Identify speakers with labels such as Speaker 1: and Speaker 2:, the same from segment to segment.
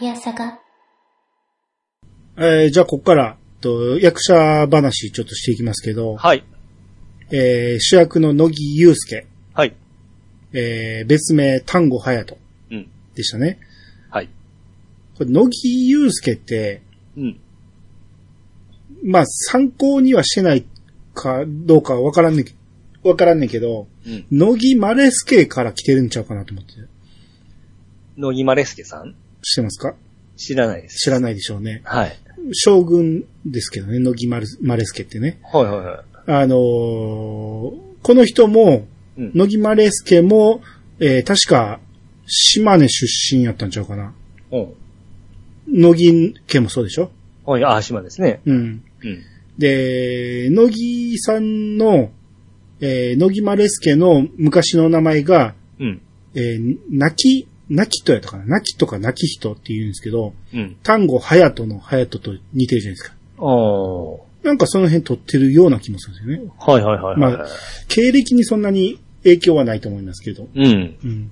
Speaker 1: ヒアサが。
Speaker 2: えーじゃあここから、と役者話ちょっとしていきますけど、
Speaker 3: はい。
Speaker 2: えー主役の乃木祐介、
Speaker 3: はい。
Speaker 2: えー別名丹後隼人
Speaker 3: うん。
Speaker 2: でしたね。
Speaker 3: はい。
Speaker 2: これ乃木祐介って、
Speaker 3: うん。
Speaker 2: まあ参考にはしてないかどうかはわからんねんけ、わからんねんけど、
Speaker 3: うん。
Speaker 2: 乃木マレスケから来てるんちゃうかなと思って、
Speaker 3: 野木マレスケさん
Speaker 2: してますか
Speaker 3: 知らないです。
Speaker 2: 知らないでしょうね。
Speaker 3: はい。
Speaker 2: 将軍ですけどね、乃木マレマレスケってね。
Speaker 3: はいはいは
Speaker 2: あのーこの人も、
Speaker 3: い。うん。
Speaker 2: 乃木マレスケも、えー確か、島根出身やったんちゃうかな。
Speaker 3: うん。
Speaker 2: 乃木家もそうでしょ
Speaker 3: はい、あ、島ですね。
Speaker 2: うん。
Speaker 3: うん。
Speaker 2: で、乃木さんの、えー乃木マレスケの昔の名前が、
Speaker 3: うん。
Speaker 2: えー泣き、泣きとやったかな泣きとか泣き人って言うんですけど、
Speaker 3: うん。
Speaker 2: 単語隼人の隼人と似てるじゃないですか。
Speaker 3: お
Speaker 2: なんかその辺取ってるような気もするんですよね。
Speaker 3: ー。はいはいはいはい。
Speaker 2: まあ経歴にそんなに影響はないと思いますけど。
Speaker 3: うん。
Speaker 2: うん。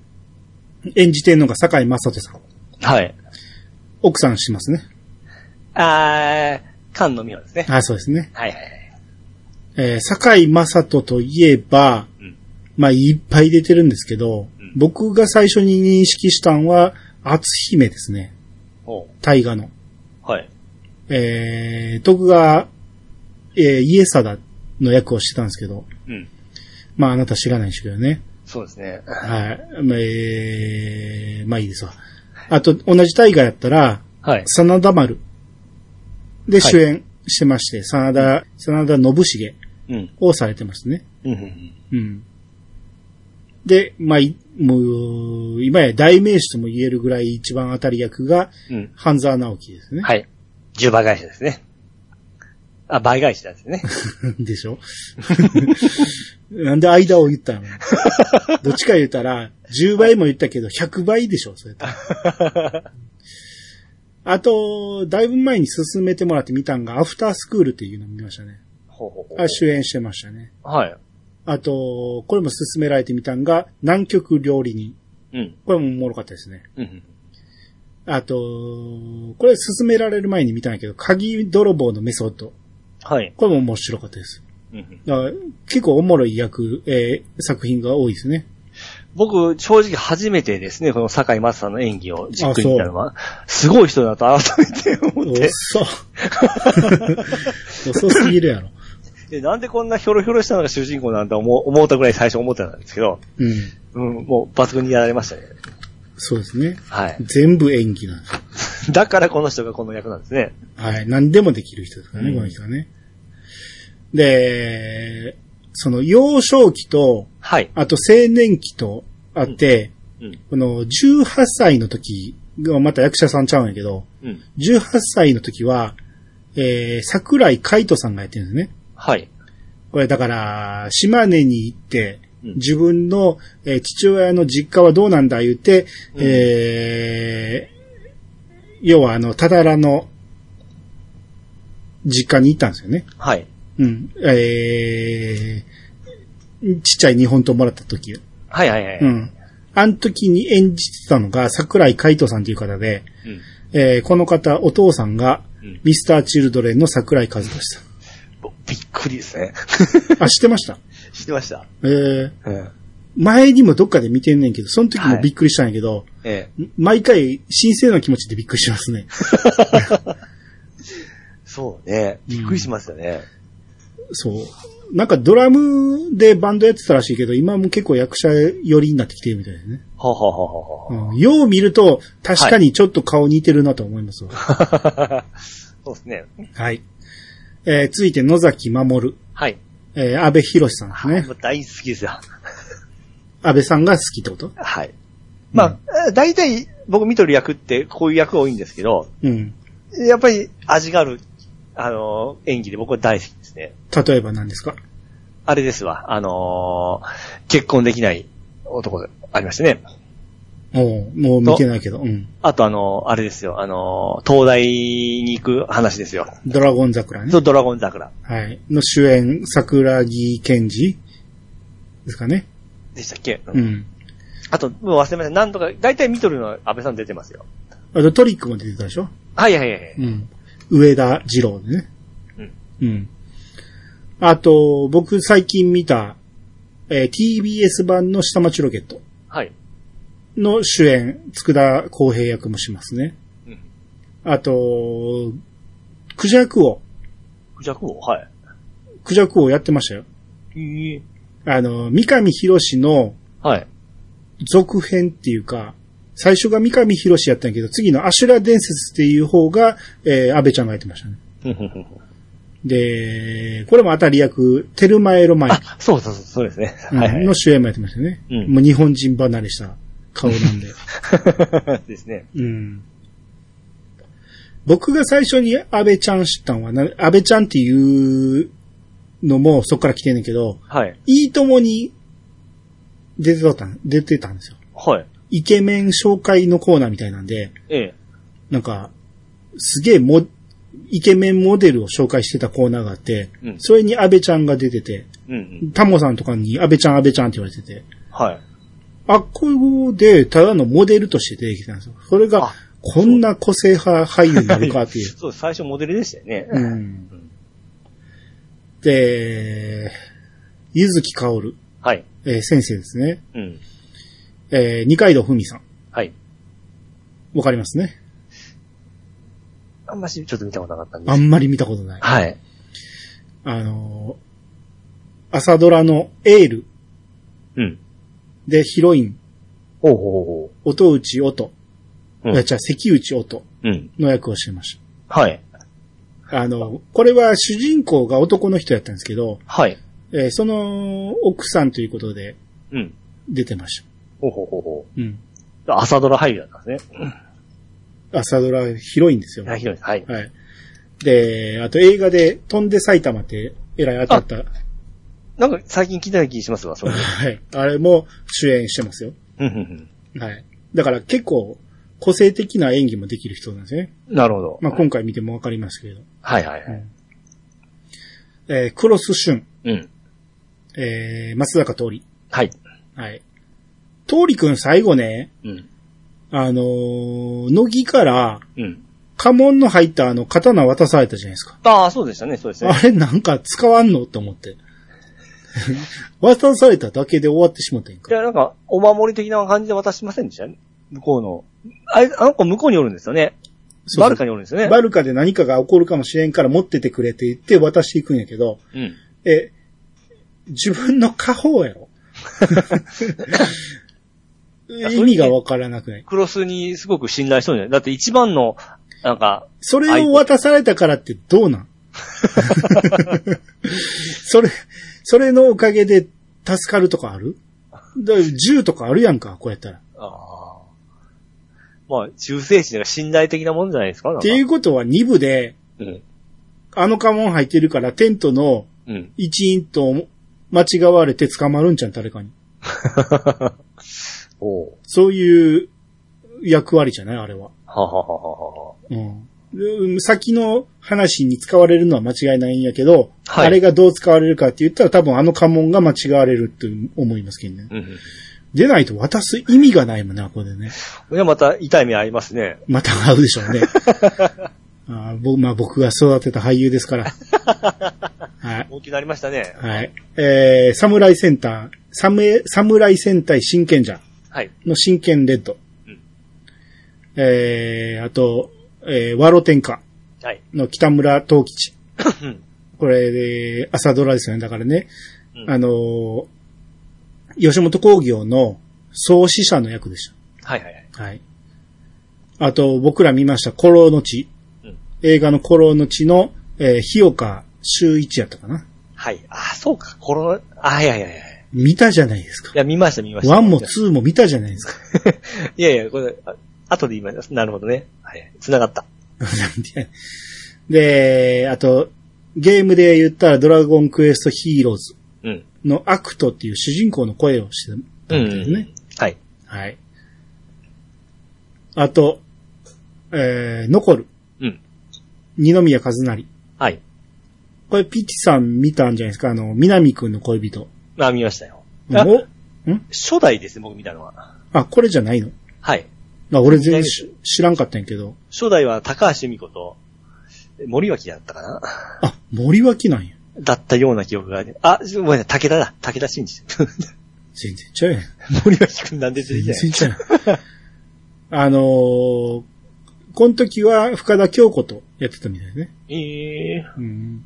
Speaker 2: 演じてるのが坂井正人さん。
Speaker 3: はい。
Speaker 2: 奥さんしてますね。
Speaker 3: あー、菅野美穂ですね。
Speaker 2: あそうですね。
Speaker 3: はいはいはい。
Speaker 2: えー、坂井正人といえば、
Speaker 3: うん
Speaker 2: まあ、いっぱい出てるんですけど、
Speaker 3: うん
Speaker 2: 僕が最初に認識したんは、厚姫ですね。
Speaker 3: おう
Speaker 2: 大河の。
Speaker 3: はい。
Speaker 2: えー、徳川、えー、家貞の役をしてたんですけど、
Speaker 3: うん。
Speaker 2: まあ、あなた知らないですけどね。
Speaker 3: そうですね。
Speaker 2: はい。まあえー、まあいいですわ。あと、同じ大河やったら、
Speaker 3: はい。
Speaker 2: 真田丸で主演してまして、真田、真田信繁
Speaker 3: うん。
Speaker 2: をされてますね。
Speaker 3: うんうんうん。
Speaker 2: うん。で、まあ、いもう、今や代名詞とも言えるぐらい一番当たり役が、
Speaker 3: うん。
Speaker 2: 半沢直樹ですね。
Speaker 3: はい。10倍返しですね。あ、倍返しなんですね。
Speaker 2: でしょ なんで間を言ったのどっちか言ったら、10倍も言ったけど、100倍でしょそれと。あと、だいぶ前に進めてもらって見たんが、アフタースクールっていうの見ましたね。
Speaker 3: ほうほうほう
Speaker 2: あ主演してましたね。
Speaker 3: はい。
Speaker 2: あと、これも進められてみたんが、南極料理人。
Speaker 3: うん。
Speaker 2: これもおもろかったですね。
Speaker 3: うんうん。
Speaker 2: あと、これ進められる前に見たんやけど、鍵泥棒のメソッド。
Speaker 3: はい。
Speaker 2: これも面白かったです。
Speaker 3: うんうん
Speaker 2: だから結構おもろい役、えー作品が多いですね。
Speaker 3: 僕、正直初めてですね、この坂井正さんの演技をじっくり見たのは、すごい人だと改めて思って、
Speaker 2: 遅っ。 遅すぎるやろ。
Speaker 3: でなんでこんなひょろひょろしたのが主人公なんだ思う思ったぐらい最初思ってたんですけど、
Speaker 2: うん。
Speaker 3: うん、もう抜群にやられましたね。
Speaker 2: そうですね。
Speaker 3: はい。
Speaker 2: 全部演技なんですよ。
Speaker 3: だからこの人がこの役なんですね。
Speaker 2: はい。何でもできる人ですからね、
Speaker 3: うん
Speaker 2: この人はね。で、その幼少期と、
Speaker 3: はい。
Speaker 2: あと青年期とあって、
Speaker 3: うん。
Speaker 2: この18歳の時がまた役者さんちゃうんやけど、
Speaker 3: うん。
Speaker 2: 18歳の時は、えー、桜井海斗さんがやってるんですね。
Speaker 3: はい。
Speaker 2: これだから、島根に行って、
Speaker 3: うん
Speaker 2: 自分の、えー父親の実家はどうなんだ言って、
Speaker 3: うん
Speaker 2: えー、要はあの、ただらの実家に行ったんですよね。
Speaker 3: はい。
Speaker 2: うん。えー、ちっちゃい日本刀もらった時よ。
Speaker 3: はいはいはい。
Speaker 2: う。ん。あの時に演じてたのが桜井海斗さんという方で、
Speaker 3: うん。
Speaker 2: えーこの方、お父さんが、
Speaker 3: うん
Speaker 2: ミスター・チルドレンの桜井和寿さん。
Speaker 3: ぼびっくりですね。
Speaker 2: あ、知ってました。
Speaker 3: 知ってました。
Speaker 2: えー、
Speaker 3: うん。
Speaker 2: 前にもどっかで見てんねんけど、その時もびっくりしたんやけど、
Speaker 3: ええ。
Speaker 2: 毎回、新鮮な気持ちでびっくりします ね。
Speaker 3: そうね。びっくりしましたね。
Speaker 2: そう。なんかドラムでバンドやってたらしいけど、今も結構役者寄りになってきてるみたいですね。
Speaker 3: ははははは。
Speaker 2: うん、よう見ると、確かにちょっと顔似てるなと思いますわ。は
Speaker 3: そうですね。
Speaker 2: い。えー、続いて野崎守。
Speaker 3: はい。
Speaker 2: えー、安部博さんですね
Speaker 3: も。う大好きですよ。
Speaker 2: 安部さんが好きってこと
Speaker 3: はい。まあ、大体僕見とる役ってこういう役多いんですけど、
Speaker 2: うん。
Speaker 3: やっぱり味がある、あのー演技で僕は大好きですね。
Speaker 2: 例えば何ですか
Speaker 3: あれですわ、あのー結婚できない男でありましたね。
Speaker 2: おうもう見てないけど。うん。
Speaker 3: あとあのーあれですよ、あのー東大に行く話ですよ。
Speaker 2: ドラゴン桜ね
Speaker 3: そ。うドラゴン桜
Speaker 2: はい。の主演、桜木健二ですかね。
Speaker 3: でしたっけ、
Speaker 2: うん。
Speaker 3: あと、もう忘れました。なんとか、大体見とるのは安倍さん出てますよ。
Speaker 2: あとトリックも出てたでしょ
Speaker 3: はいはいはい。
Speaker 2: うん。上田二郎でね。うん。あと、僕最近見た、えー TBS 版の下町ロケット
Speaker 3: はい。
Speaker 2: の主演、佃康平役もしますね。
Speaker 3: うん。
Speaker 2: あと、クジャク王。
Speaker 3: クジャク王はい。
Speaker 2: クジャク王やってましたよ。
Speaker 3: え
Speaker 2: あの、三上博史の
Speaker 3: はい。
Speaker 2: 続編っていうか、最初が三上博史やったんやけど、次のアシュラ伝説っていう方が、えー、安倍ちゃんがやってましたね。
Speaker 3: ふんふんふんふん
Speaker 2: で、これも当たり役、テルマエロマイ
Speaker 3: あ、そうそうそう、そうですね。
Speaker 2: うん
Speaker 3: はい
Speaker 2: の主演もやってましたね。
Speaker 3: うん
Speaker 2: もう日本人離れした顔なん で。
Speaker 3: はい。 ですね。
Speaker 2: うん。僕が最初に安倍ちゃん知ったんはな、安倍ちゃんっていうのもそっから来てんねんけど、
Speaker 3: はい。
Speaker 2: いいともに出てたん、出てたんですよ。
Speaker 3: はい。
Speaker 2: イケメン紹介のコーナーみたいなんで、
Speaker 3: ええ。
Speaker 2: なんか、すげえも、イケメンモデルを紹介してたコーナーがあって、
Speaker 3: うん
Speaker 2: それに安倍ちゃんが出てて、
Speaker 3: うんうん。
Speaker 2: タモさんとかに安倍ちゃん安倍ちゃんって言われてて、
Speaker 3: はい。
Speaker 2: あっこで、ただのモデルとして出てきたんですよ。それが
Speaker 3: あ、
Speaker 2: こんな個性派俳優になるかっていう。
Speaker 3: そう、最初モデルでしたよね。
Speaker 2: うん、で、ゆずきかおる、
Speaker 3: はい。
Speaker 2: えー先生ですね。
Speaker 3: うん。
Speaker 2: えー二階堂ふみさん。
Speaker 3: はい。
Speaker 2: わかりますね。
Speaker 3: あんましちょっと見たことなかったんで
Speaker 2: あ
Speaker 3: す。
Speaker 2: んまり見たことない。
Speaker 3: はい。
Speaker 2: あのー朝ドラのエール
Speaker 3: うん。
Speaker 2: でヒロイン、
Speaker 3: おうほうほ
Speaker 2: 音内音、
Speaker 3: うん
Speaker 2: いや、じゃあ関内音
Speaker 3: う。うん。
Speaker 2: の役をしてまし
Speaker 3: はい。
Speaker 2: た。あのーこれは主人公が男の人やったんですけど、
Speaker 3: はい。
Speaker 2: えーその奥さんということで
Speaker 3: うん。
Speaker 2: 出てました。
Speaker 3: ほうほうほうほ
Speaker 2: うん。
Speaker 3: う。朝ドラ俳優だったんですね。
Speaker 2: 朝ドラ広いんですよ。
Speaker 3: はい、ひどいです。はい。
Speaker 2: はい。で、あと映画で、飛んで埼玉って、えらい当たった。
Speaker 3: なんか最近聞いたような気がしますわ、それ。
Speaker 2: はい。あれも主演してますよ。
Speaker 3: うんうん
Speaker 2: はい。だから結構、個性的な演技もできる人なんですね。
Speaker 3: うん。なるほど。
Speaker 2: まあ、今回見てもわかりますけれど。
Speaker 3: はいはいはい。
Speaker 2: えー、クロス俊、
Speaker 3: うん。
Speaker 2: えー、松坂通り。
Speaker 3: はい。
Speaker 2: はい。通りくん最後ね、
Speaker 3: うん。
Speaker 2: あのー、乃木から、
Speaker 3: うん。
Speaker 2: 家紋の入ったあの、刀渡されたじゃないですか。
Speaker 3: ああ、そうでしたね、そうですね
Speaker 2: あ。れなんか使わんのと思って。 渡されただけで終わってしまったんやん
Speaker 3: い
Speaker 2: か。
Speaker 3: や、なんか、お守り的な感じで渡しませんでした向こうの。あれ、あの子向こうにおるんですよね。
Speaker 2: そう
Speaker 3: バルカにおるんですよね。
Speaker 2: バルカで何かが起こるかもしれんから持っててくれって言って渡していくんやけど、
Speaker 3: うん。
Speaker 2: え、自分の家宝やろ。
Speaker 3: や
Speaker 2: 意味がわからなくない。
Speaker 3: クロスにすごく信頼しとるんじゃないだって一番の、なんか、
Speaker 2: それを渡されたからってどうなん それ、それのおかげで助かるとかあるだから銃とかあるやんか、こうやったら。
Speaker 3: ああ。まあ、忠誠心とか信頼的なもんじゃないですかなん
Speaker 2: っ
Speaker 3: か
Speaker 2: ていうことは2部で、
Speaker 3: うん。
Speaker 2: あの家紋入ってるから、テントの
Speaker 3: うん。
Speaker 2: 一員と間違われて捕まるんじゃん、誰かに。
Speaker 3: おう。
Speaker 2: そういう役割じゃないあれは。
Speaker 3: ははははは。
Speaker 2: うん。で先の話に使われるのは間違いないんやけど、
Speaker 3: はい
Speaker 2: あれがどう使われるかって言ったら多分あの家紋が間違われるって思いますけどね。
Speaker 3: うん。
Speaker 2: でないと渡す意味がないもんな、これね。
Speaker 3: これはまた痛い目ありますね。
Speaker 2: また会うでしょ うね。あーぼまあ、僕が育てた俳優ですから。はい。
Speaker 3: 大きくなりましたね。
Speaker 2: はい。えー、侍センター、サムエ、侍戦隊真剣者
Speaker 3: はい。
Speaker 2: の真剣レッド。
Speaker 3: うん
Speaker 2: えー、あと、えー、ワロ天下
Speaker 3: はい。
Speaker 2: の北村東吉。
Speaker 3: うん
Speaker 2: これで、朝ドラですよね。だからね、
Speaker 3: うん
Speaker 2: あのー吉本興業の創始者の役でし
Speaker 3: はいはいはい。
Speaker 2: た。はい。あと、僕ら見ました、古老の地。
Speaker 3: うん
Speaker 2: 映画の古老の地の、えー、日岡修一やったかな。
Speaker 3: はい。あ、そうか。コロナ、あ、いやいやいや。い
Speaker 2: 見たじゃないですか。
Speaker 3: や、見ました見ました。
Speaker 2: ワンもツーも見たじゃないですか。
Speaker 3: いやいや、これ、あ後で言います。なるほどね。はい。繋がった。
Speaker 2: なんでで、あと、ゲームで言ったらドラゴンクエストヒーローズ
Speaker 3: うん。
Speaker 2: のアクトっていう主人公の声をしてたんですね。
Speaker 3: はい。
Speaker 2: はい。あと、えー、残る、
Speaker 3: うん。
Speaker 2: 二宮和也。
Speaker 3: はい。
Speaker 2: これ、ピチさん見たんじゃないですかあの、南くんの恋人。
Speaker 3: まあ、見ましたよ。あ
Speaker 2: お
Speaker 3: 初代ですね、僕見たのは。
Speaker 2: あ、これじゃないの
Speaker 3: はい。
Speaker 2: あ俺全然し知らんかったんやけど。
Speaker 3: 初代は高橋由美子と、森脇だったかな
Speaker 2: あ、森脇なんや。
Speaker 3: だったような記憶がある。あ、ごめんなさい、武田だ。武田真治。
Speaker 2: 全然ちゃうやん。
Speaker 3: 森脇くんなんで出てき
Speaker 2: 全然
Speaker 3: た
Speaker 2: ちゃうやん。あのー、この時は深田京子とやってたみたいね。
Speaker 3: ええー。
Speaker 2: うん。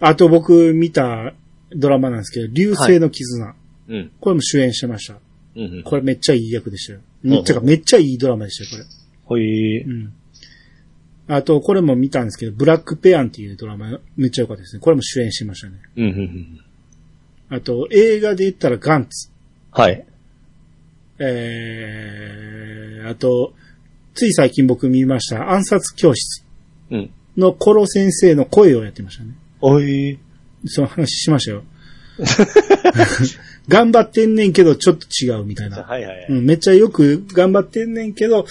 Speaker 2: あと僕見たドラマなんですけど、流星の絆。
Speaker 3: うん。
Speaker 2: これも主演してました。
Speaker 3: うんうん。
Speaker 2: これめっちゃいい役でしたよ。
Speaker 3: んうん
Speaker 2: めっちゃか、めっちゃいいドラマでしたよ、こ
Speaker 3: ほい
Speaker 2: れ。。うん。あと、これも見たんですけど、ブラックペアンっていうドラマ、めっちゃ良かったですね。これも主演してましたね。
Speaker 3: うんうんうん。
Speaker 2: あと、映画で言ったらガンツ。
Speaker 3: はい。
Speaker 2: えー、あと、つい最近僕見ました、暗殺教室
Speaker 3: うん。
Speaker 2: のコロ先生の声をやってましたね。
Speaker 3: おい。
Speaker 2: その話しましたよ。 頑張ってんねんけど、ちょっと違うみたいな。
Speaker 3: はいはいはい。
Speaker 2: うん、めっちゃよく頑張ってんねんけど、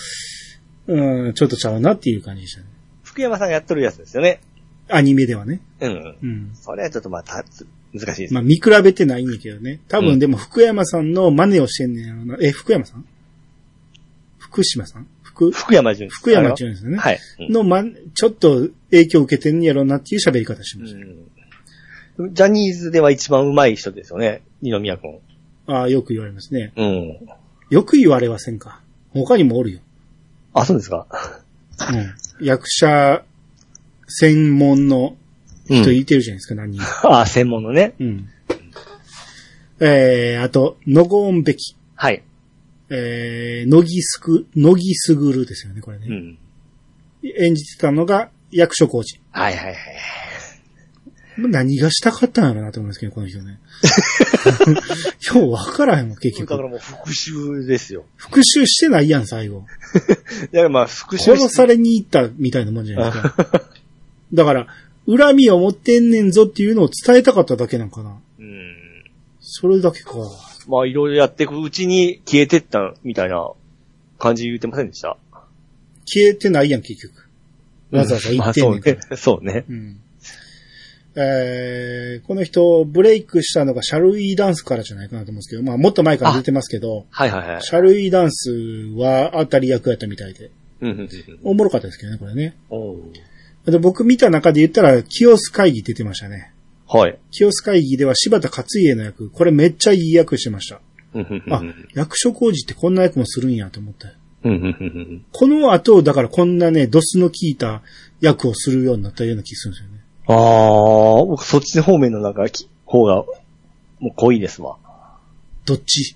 Speaker 2: うん、ちょっとちゃうなっていう感じでしたね。
Speaker 3: 福山さんがやっとるやつですよね。
Speaker 2: アニメではね。
Speaker 3: うんうん。
Speaker 2: うん。
Speaker 3: それはちょっとまあ、た、つ難しいです。
Speaker 2: まあ見比べてないんだけどね。多
Speaker 3: うん
Speaker 2: 分でも福山さんの真似をしてんねんやろな。え、福山さん福島さん福、
Speaker 3: 福山潤。
Speaker 2: 福山潤ですよね。
Speaker 3: はい。うん
Speaker 2: の、ま、ちょっと影響を受けてんねやろなっていう喋り方しました。
Speaker 3: うんジャニーズでは一番上手い人ですよね。二宮君。
Speaker 2: ああ、よく言われますね。
Speaker 3: うん。
Speaker 2: よく言われませんか。他にもおるよ。
Speaker 3: あ、そうですか。
Speaker 2: うん。役者専門の
Speaker 3: う
Speaker 2: 人
Speaker 3: ん。
Speaker 2: いてるじゃないですか、何人か。
Speaker 3: あ、専門のね。
Speaker 2: うん。えー、あと、のごんべき。
Speaker 3: はい。
Speaker 2: えー、のぎすく、のぎすぐるですよね、これね。
Speaker 3: うん。
Speaker 2: 演じてたのが役所広司。
Speaker 3: はいはいはい。
Speaker 2: 何がしたかったんやろなと思うんですけど、この人 ね。今日わからへんもん、結
Speaker 3: だから
Speaker 2: 局。
Speaker 3: もう復讐ですよ。
Speaker 2: 復讐してないやん、最後。
Speaker 3: だからまあ復讐
Speaker 2: 殺されに行ったみたいなもんじゃないですか。だから、恨みを持ってんねんぞっていうのを伝えたかっただけなんかな。
Speaker 3: うん。
Speaker 2: それだけか。
Speaker 3: まあいろいろやっていくうちに消えてったみたいな感じ言ってませんでした。
Speaker 2: 消えてないやん、結局。わざわざ言ってんねんから。
Speaker 3: まあそうね。そう ね。
Speaker 2: うんえーこの人、ブレイクしたのがシャルイダンスからじゃないかなと思うんですけど、まあもっと前から出てますけど、
Speaker 3: はいはいはい。
Speaker 2: シャルイダンスは当たり役やったみたいで、
Speaker 3: うんうんうん
Speaker 2: おもろかったですけどね、これね。
Speaker 3: おう
Speaker 2: で僕見た中で言ったら、キオス会議出てましたね。
Speaker 3: はい。
Speaker 2: キオス会議では柴田勝家の役、これめっちゃいい役してました。
Speaker 3: うんうんうん
Speaker 2: あ、役所工事ってこんな役もするんやと思った。
Speaker 3: うんうんうんうん
Speaker 2: この後、だからこんなね、ドスの効いた役をするようになったような気がするんですよね。
Speaker 3: ああ、僕そっち方面のなんか、き方が、もう濃いですわ。
Speaker 2: どっち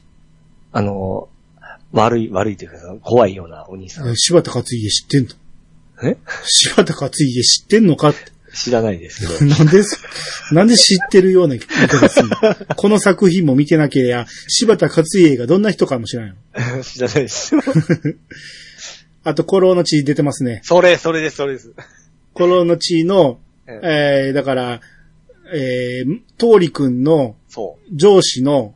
Speaker 3: あのー、悪い、悪いというか、怖いようなお兄さん。
Speaker 2: 柴田勝家知ってんの
Speaker 3: え
Speaker 2: 柴田勝家知ってんのかって。
Speaker 3: 知らないですけど。
Speaker 2: なんで、なんで知ってるような言い方すんのこの作品も見てなければ、柴田勝家がどんな人かも知らんよ。
Speaker 3: 知らないです。
Speaker 2: あと、コロの地出てますね。
Speaker 3: それ、それです、それです。
Speaker 2: コロの地の、
Speaker 3: うん
Speaker 2: えー、だから、えー、通りくんの
Speaker 3: そ
Speaker 2: 上司の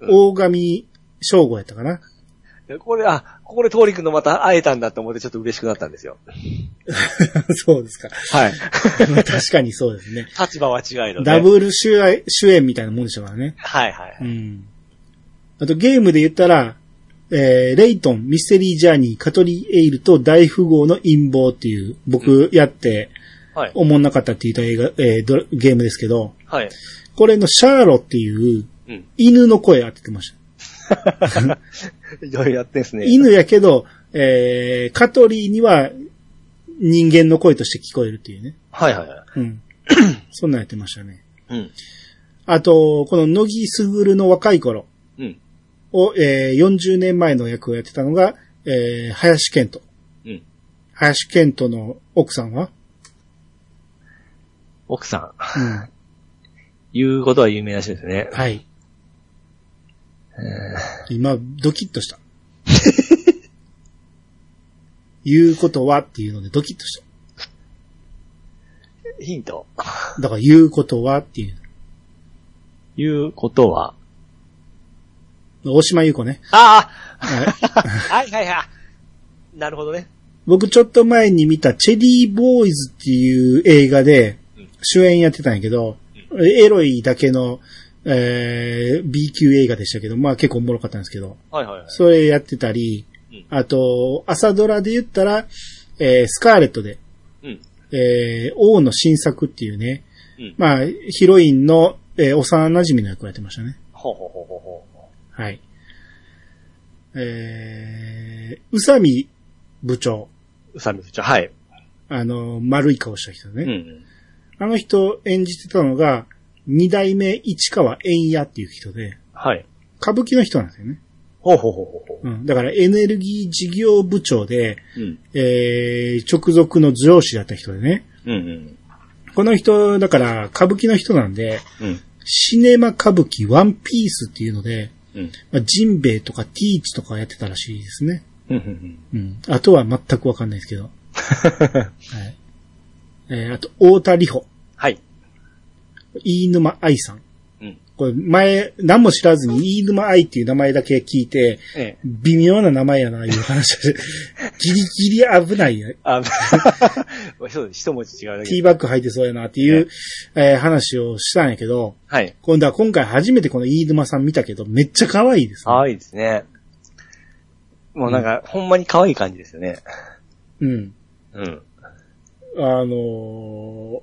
Speaker 2: 大神正吾やったかな。
Speaker 3: う。これ、あ、ここで通りくんのまた会えたんだと思ってちょっと嬉しくなったんですよ。
Speaker 2: そうですか。
Speaker 3: はい。
Speaker 2: 確かにそうですね。
Speaker 3: 立場は違いので。
Speaker 2: ダブル主演主演みたいなもんでしたからね。
Speaker 3: はいはい。
Speaker 2: うん。あとゲームで言ったら、えー、レイトン、ミステリージャーニー、カトリーエイルと大富豪の陰謀っていう、僕やって、
Speaker 3: はい。
Speaker 2: おもんなかったって言った映画、えードラゲームですけど、
Speaker 3: はい。
Speaker 2: これのシャーロっていう
Speaker 3: うん。
Speaker 2: 犬の声当ててました。
Speaker 3: いろいろやってんすね。
Speaker 2: 犬やけど、えー、カトリーには人間の声として聞こえるっていうね。
Speaker 3: はいはいはい。
Speaker 2: うん。 そんなんやってましたね。
Speaker 3: うん。
Speaker 2: あと、この野木すぐるの若い頃
Speaker 3: うん。
Speaker 2: を、えー40年前の役をやってたのが、えー、林健人。
Speaker 3: うん。
Speaker 2: 林健人の奥さんは、
Speaker 3: 奥さん、
Speaker 2: うん、
Speaker 3: 言うことは有名らしいですね。
Speaker 2: はい。今、ドキッとした。 言うことはっていうのでドキッとし
Speaker 3: ヒント。
Speaker 2: た。だから言うことはっていう。
Speaker 3: 言うことは、
Speaker 2: 大島優子ね。
Speaker 3: あ
Speaker 2: はい
Speaker 3: あはいはいはい。なるほどね。
Speaker 2: 僕ちょっと前に見たチェリーボーイズっていう映画で主演やってたんやけど、エロいだけの、えー B 級映画でしたけど、まあ結構おもろかったんですけど、
Speaker 3: はいはいはい。
Speaker 2: それやってたり、
Speaker 3: うん
Speaker 2: あと、朝ドラで言ったら、えースカーレットで、
Speaker 3: うん。
Speaker 2: えー王の新作っていうね、
Speaker 3: うん
Speaker 2: まあ、ヒロインの、えー幼馴染の役をやってましたね。
Speaker 3: ほうほうほうほうほ
Speaker 2: はい。えー、宇佐美部長。
Speaker 3: う。うさみずちゃん、はい。
Speaker 2: あの、丸い顔した人
Speaker 3: う
Speaker 2: ね。
Speaker 3: ん。
Speaker 2: あの人演じてたのが、二代目市川円也っていう人で、
Speaker 3: はい。
Speaker 2: 歌舞伎の人なんですよね。
Speaker 3: ほうほうほうほうほ
Speaker 2: うん。だからエネルギー事業部長で、
Speaker 3: う。うん。
Speaker 2: えー、直属の上司だった人でね。
Speaker 3: うんうん。
Speaker 2: この人、だから歌舞伎の人なんで、
Speaker 3: うん。
Speaker 2: シネマ歌舞伎ワンピースっていうので、
Speaker 3: うん。
Speaker 2: まあ、ジンベイとかティーチとかやってたらしいですね。
Speaker 3: うんうん
Speaker 2: うん。あとは全くわかんないですけど。は
Speaker 3: う
Speaker 2: い。
Speaker 3: ん。
Speaker 2: えー、あと、大田里穂、
Speaker 3: はい。
Speaker 2: 飯沼愛さん。
Speaker 3: うん。
Speaker 2: これ前、何も知らずに飯沼愛っていう名前だけ聞いて、
Speaker 3: ええ。
Speaker 2: 微妙な名前やな、いう話をしてギリギリ危ないや、
Speaker 3: あ、 そうです。一文字違うだ
Speaker 2: ティ
Speaker 3: け
Speaker 2: ー。バッグ履いてそうやなっていう、えー話をしたんやけど、
Speaker 3: はい。
Speaker 2: 今度は今回初めてこの飯沼さん見たけど、めっちゃ可愛いです、ね。
Speaker 3: 可愛いですね。もうなんか、ほんまに可愛い感じですよね。
Speaker 2: うん。
Speaker 3: うん。
Speaker 2: あのー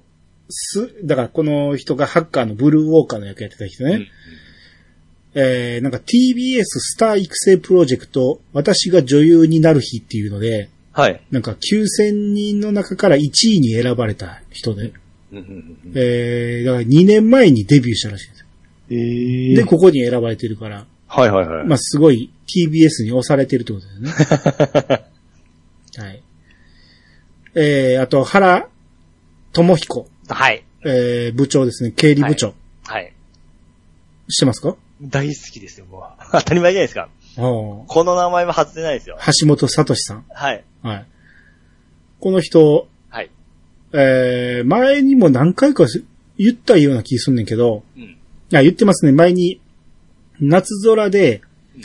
Speaker 2: す、だからこの人がハッカーのブルーウォーカーの役やってた人ね。
Speaker 3: うん
Speaker 2: えー、なんか TBS スター育成プロジェクト、私が女優になる日っていうので、
Speaker 3: はい。
Speaker 2: なんか9000人の中から1位に選ばれた人で、
Speaker 3: うんうん
Speaker 2: えー、だから2年前にデビューしたらしいです。
Speaker 3: うんえ
Speaker 2: で、ここに選ばれてるから、
Speaker 3: はいはいはい。
Speaker 2: まあ、すごい TBS に押されてるってことだよね。 はい。えー、あと、原智彦、
Speaker 3: はい。
Speaker 2: えー、部長ですね、経理部長、
Speaker 3: はい。
Speaker 2: してますか
Speaker 3: 大好きですよ、もう。 当たり前じゃないですか。
Speaker 2: あー
Speaker 3: この名前は外せないですよ。
Speaker 2: 橋本聡さん。
Speaker 3: はい。
Speaker 2: はい。この人、
Speaker 3: はい。
Speaker 2: えー、前にも何回かし言ったような気すんねんけど、
Speaker 3: うん。
Speaker 2: あ、言ってますね。前に、夏空で
Speaker 3: うん、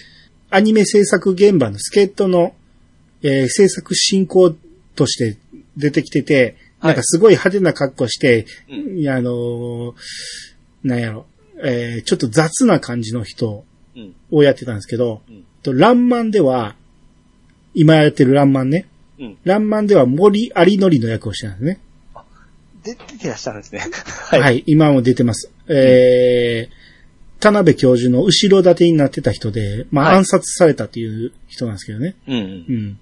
Speaker 2: アニメ制作現場の助っ人の、えー制作進行として出てきてて、
Speaker 3: は
Speaker 2: な
Speaker 3: い
Speaker 2: んかすごい派手な格好して、
Speaker 3: うん
Speaker 2: いやあのーなんやろ、えーちょっと雑な感じの人
Speaker 3: うん。
Speaker 2: をやってたんですけど、
Speaker 3: うん
Speaker 2: とランマンでは、今やってるランマンね。
Speaker 3: うん
Speaker 2: ランマンでは森有則の役をしてたんですね。
Speaker 3: で、出てらっしゃるん ですね。は
Speaker 2: はい、
Speaker 3: い。
Speaker 2: 今も出てます。えー、田辺教授の後ろ盾になってた人で、まあ、
Speaker 3: はい
Speaker 2: 暗殺されたっていう人なんですけどね。
Speaker 3: うんうん
Speaker 2: う。ん。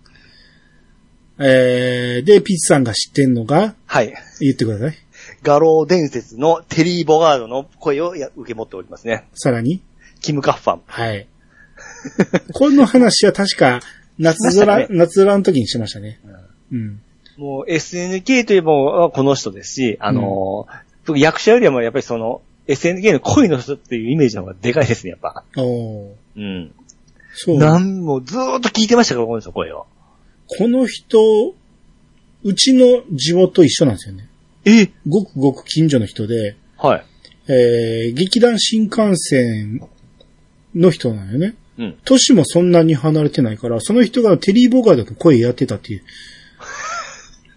Speaker 2: えー、で、ピッチさんが知ってんのが、
Speaker 3: はい。
Speaker 2: 言ってください。
Speaker 3: 画廊伝説のテリー・ボガードの声をや受け持っておりますね。
Speaker 2: さらに。
Speaker 3: キム・カッファン。
Speaker 2: はい。この話は確か、夏
Speaker 3: しました
Speaker 2: 空、
Speaker 3: ね
Speaker 2: 夏空の時にしましたね。うん。
Speaker 3: もう SNK といえばこの人ですし、あのー僕役者よりはもうやっぱりその SNK の恋の人っていうイメージの方がでかいですね、やっぱ。
Speaker 2: おー
Speaker 3: うん。
Speaker 2: そう。
Speaker 3: なんもずーっと聞いてましたから、この人の声を。
Speaker 2: この人、うちの地元一緒なんですよね。
Speaker 3: え
Speaker 2: ごくごく近所の人で、
Speaker 3: はい。
Speaker 2: えー、劇団新幹線の人なんよね。
Speaker 3: うん。
Speaker 2: 年もそんなに離れてないから、その人がテリー・ボガードの声やってたっていう。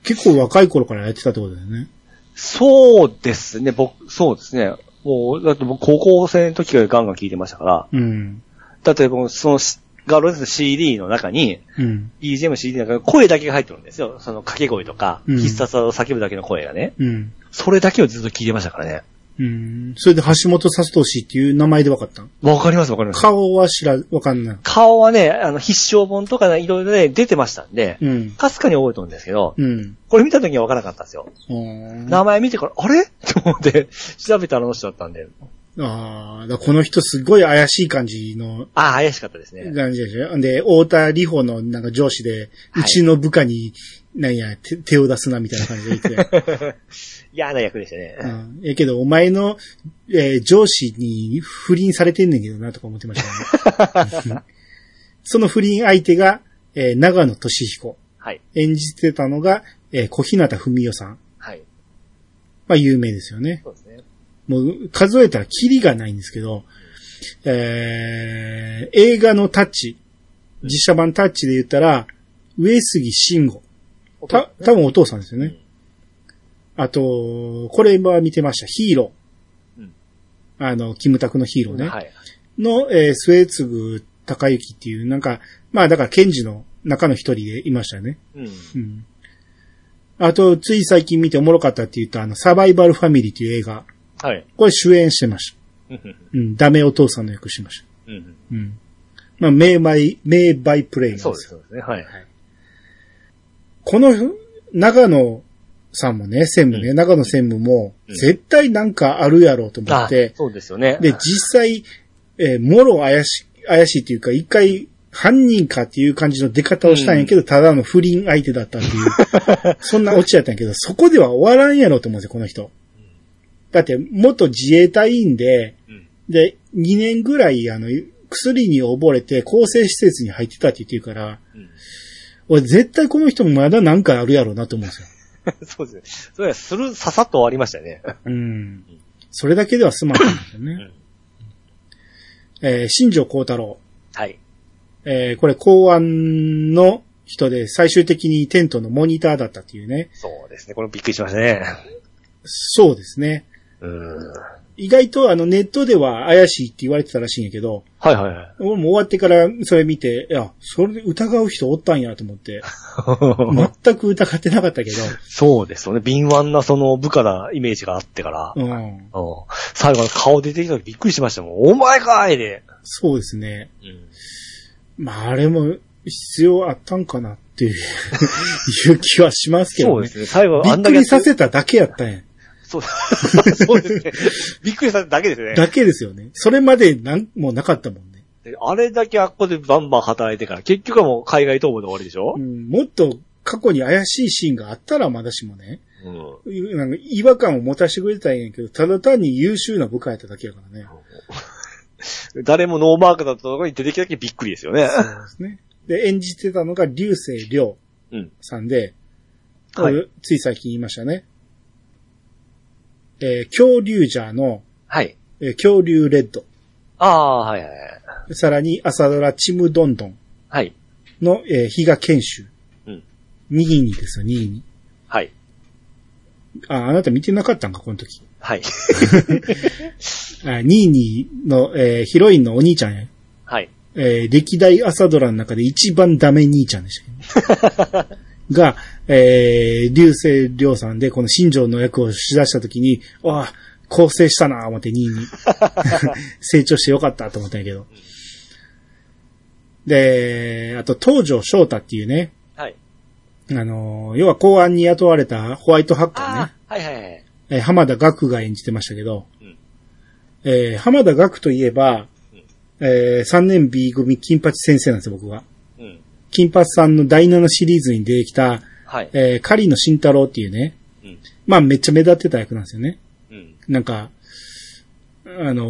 Speaker 2: 結構若い頃からやってたってことだよね。
Speaker 3: そうですね、僕、そうですね。もう、だって僕高校生の時からガンガン聞いてましたから、
Speaker 2: うん。
Speaker 3: だってもうそのしガローズの CD の中に、
Speaker 2: うん。
Speaker 3: BGM、CD の中に声だけが入ってるんですよ。その掛け声とか、
Speaker 2: うん
Speaker 3: 必殺技を叫ぶだけの声がね。
Speaker 2: うん。
Speaker 3: それだけをずっと聞いてましたからね。
Speaker 2: うん。それで橋本聡っていう名前で分かったん
Speaker 3: わかりますわかります。
Speaker 2: 顔は知ら、分かんない。
Speaker 3: 顔はね、あの、必勝本とかねいろいろね、出てましたんで、
Speaker 2: うん。
Speaker 3: かすかに覚えてるんですけど、
Speaker 2: うん。
Speaker 3: これ見た時にはわからなかったんですよ。
Speaker 2: あ
Speaker 3: 名前見てから、あれ と思って、調べたらあの人だったんで、
Speaker 2: あーだからこの人すごい怪しい感じの
Speaker 3: ああ、怪しかったですね。
Speaker 2: 感じでしょ。で、太田里穂のなんか上司で、
Speaker 3: はいう
Speaker 2: ちの部下に、なんや、手手を出すなみたいな感じで言ってたよ。
Speaker 3: 嫌な役でしたね。
Speaker 2: うん。ええけど、お前の、えー上司に不倫されてんねんけどな、とか思ってましたね。その不倫相手が、えー長野俊彦。
Speaker 3: はい。
Speaker 2: 演じてたのが、えー小日向文世さん。
Speaker 3: はい。
Speaker 2: まあ、有名ですよね。
Speaker 3: そうですね。
Speaker 2: もう、数えたらキリがないんですけど、えー映画のタッチ、実写版タッチで言ったら、上杉慎吾。た、多分お父さんですよね。あと、これは見てました。ヒーロー。
Speaker 3: うん
Speaker 2: あの、キムタクのヒーローね。
Speaker 3: はい。
Speaker 2: の、えー、末継ぐ高幸っていう、なんか、まあだから、ケンジの中の一人でいましたよね。
Speaker 3: うん。
Speaker 2: うん。あと、つい最近見ておもろかったって言ったあの、サバイバルファミリーっていう映画。
Speaker 3: はい。
Speaker 2: これ主演してました。
Speaker 3: うん
Speaker 2: うん、ダメお父さんの役してました。
Speaker 3: うん
Speaker 2: うん。まあ、名バイ、名バイプレイなんです
Speaker 3: そう
Speaker 2: よ
Speaker 3: で。す、そうですね。はい。
Speaker 2: この、長野さんもね、専務ね、
Speaker 3: うん
Speaker 2: 長野専務も、
Speaker 3: うん
Speaker 2: 絶対なんかあるやろうと思
Speaker 3: あ
Speaker 2: って、
Speaker 3: そうですよね。
Speaker 2: で、実際、えーもろ怪し、怪しいというか、一回、犯人かっていう感じの出方をしたんやけど、ただの不倫相手だったって いう、そんなオチやったんやけど、そこでは終わらんやろうと思うんですよ、この人。だって、元自衛隊員で、
Speaker 3: うん
Speaker 2: で、2年ぐらい、あの、薬に溺れて、更生施設に入ってたって言ってるから、
Speaker 3: うん
Speaker 2: 俺絶対この人もまだなんかあるやろうなと思うんですよ。
Speaker 3: そうですね。それはする、ささっと終わりましたね。
Speaker 2: うん。それだけでは済まないんですよね。えー新庄幸太郎。
Speaker 3: はい。
Speaker 2: えーこれ公安の人で最終的にテントのモニターだったっていうね。
Speaker 3: そうですね。これびっくりしましたね。
Speaker 2: そうですね。
Speaker 3: うん。
Speaker 2: 意外とあのネットでは怪しいって言われてたらしいんやけど、
Speaker 3: はいはいはい。
Speaker 2: 俺も終わってからそれ見て、いや、それで疑う人おったんやと思って、 全く疑ってなかったけ
Speaker 3: そうですよね。敏腕なその部下なイメージがあってから。
Speaker 2: ど、うん。
Speaker 3: うん最後の顔出てきた時びっくりしましたもん。お前かいで。
Speaker 2: そうですね。
Speaker 3: うん
Speaker 2: まあ、あれも必要あったんかなっていう いう気はしますけ
Speaker 3: そ
Speaker 2: ど
Speaker 3: う
Speaker 2: ね
Speaker 3: で。すね。最後
Speaker 2: び
Speaker 3: あ
Speaker 2: っ
Speaker 3: んだ
Speaker 2: く
Speaker 3: け
Speaker 2: りさせただけやったんや。
Speaker 3: そう そうですね。びっくりさせただけですね。
Speaker 2: だけですよね。それまでなんもうなかったもんね。
Speaker 3: であれだけあっこでバンバン働いてから、結局はもう海外逃亡で終わりでしょ
Speaker 2: う、ん、もっと過去に怪しいシーンがあったらまだしもね、
Speaker 3: うん、
Speaker 2: いうなんか違和感を持たせてくれたらいいんやけど、ただ単に優秀な部下やっただけやからね。
Speaker 3: 誰もノーマークだったところに出てきただけびっくりですよね。
Speaker 2: ですね。で、演じてたのが流星涼
Speaker 3: うん。
Speaker 2: さんで、
Speaker 3: は
Speaker 2: こ
Speaker 3: い
Speaker 2: れつい最近言いましたね。えー恐竜ジャーの、
Speaker 3: はい。
Speaker 2: えー恐竜レッド。
Speaker 3: ああ、はいはいはい。
Speaker 2: さらに朝ドラちむどんどん
Speaker 3: はい。
Speaker 2: の、えー、比嘉賢秀。
Speaker 3: うん。
Speaker 2: 右にですよ、右に。
Speaker 3: はい。
Speaker 2: あ、あなた見てなかったんか、この時。
Speaker 3: はい。
Speaker 2: あ、ニーニーの、えーヒロインのお兄ちゃんや。
Speaker 3: はい。
Speaker 2: えー歴代朝ドラの中で一番ダメ兄ちゃんでしたけどね、 が、えー、流星涼さんでこの新庄の役をしだした時に、わあ、構成したなぁ思ってニ ーニー。成長してよかったと思ったんやけど。で、あと東条翔太っていうね、
Speaker 3: はい。
Speaker 2: あのー要は公安に雇われたホワイトハッカーね。
Speaker 3: ああ、はいはいはい。
Speaker 2: えー浜田岳が演じてましたけど、
Speaker 3: うん
Speaker 2: えー浜田岳といえば、えー3年 B 組金八先生なんですよ、僕は。
Speaker 3: うん。
Speaker 2: 金八さんの第7シリーズに出てきた、
Speaker 3: はい。
Speaker 2: えー狩野慎太郎っていうね、
Speaker 3: うん。
Speaker 2: まあめっちゃ目立ってた役なんですよね。
Speaker 3: うん。
Speaker 2: なんか、あの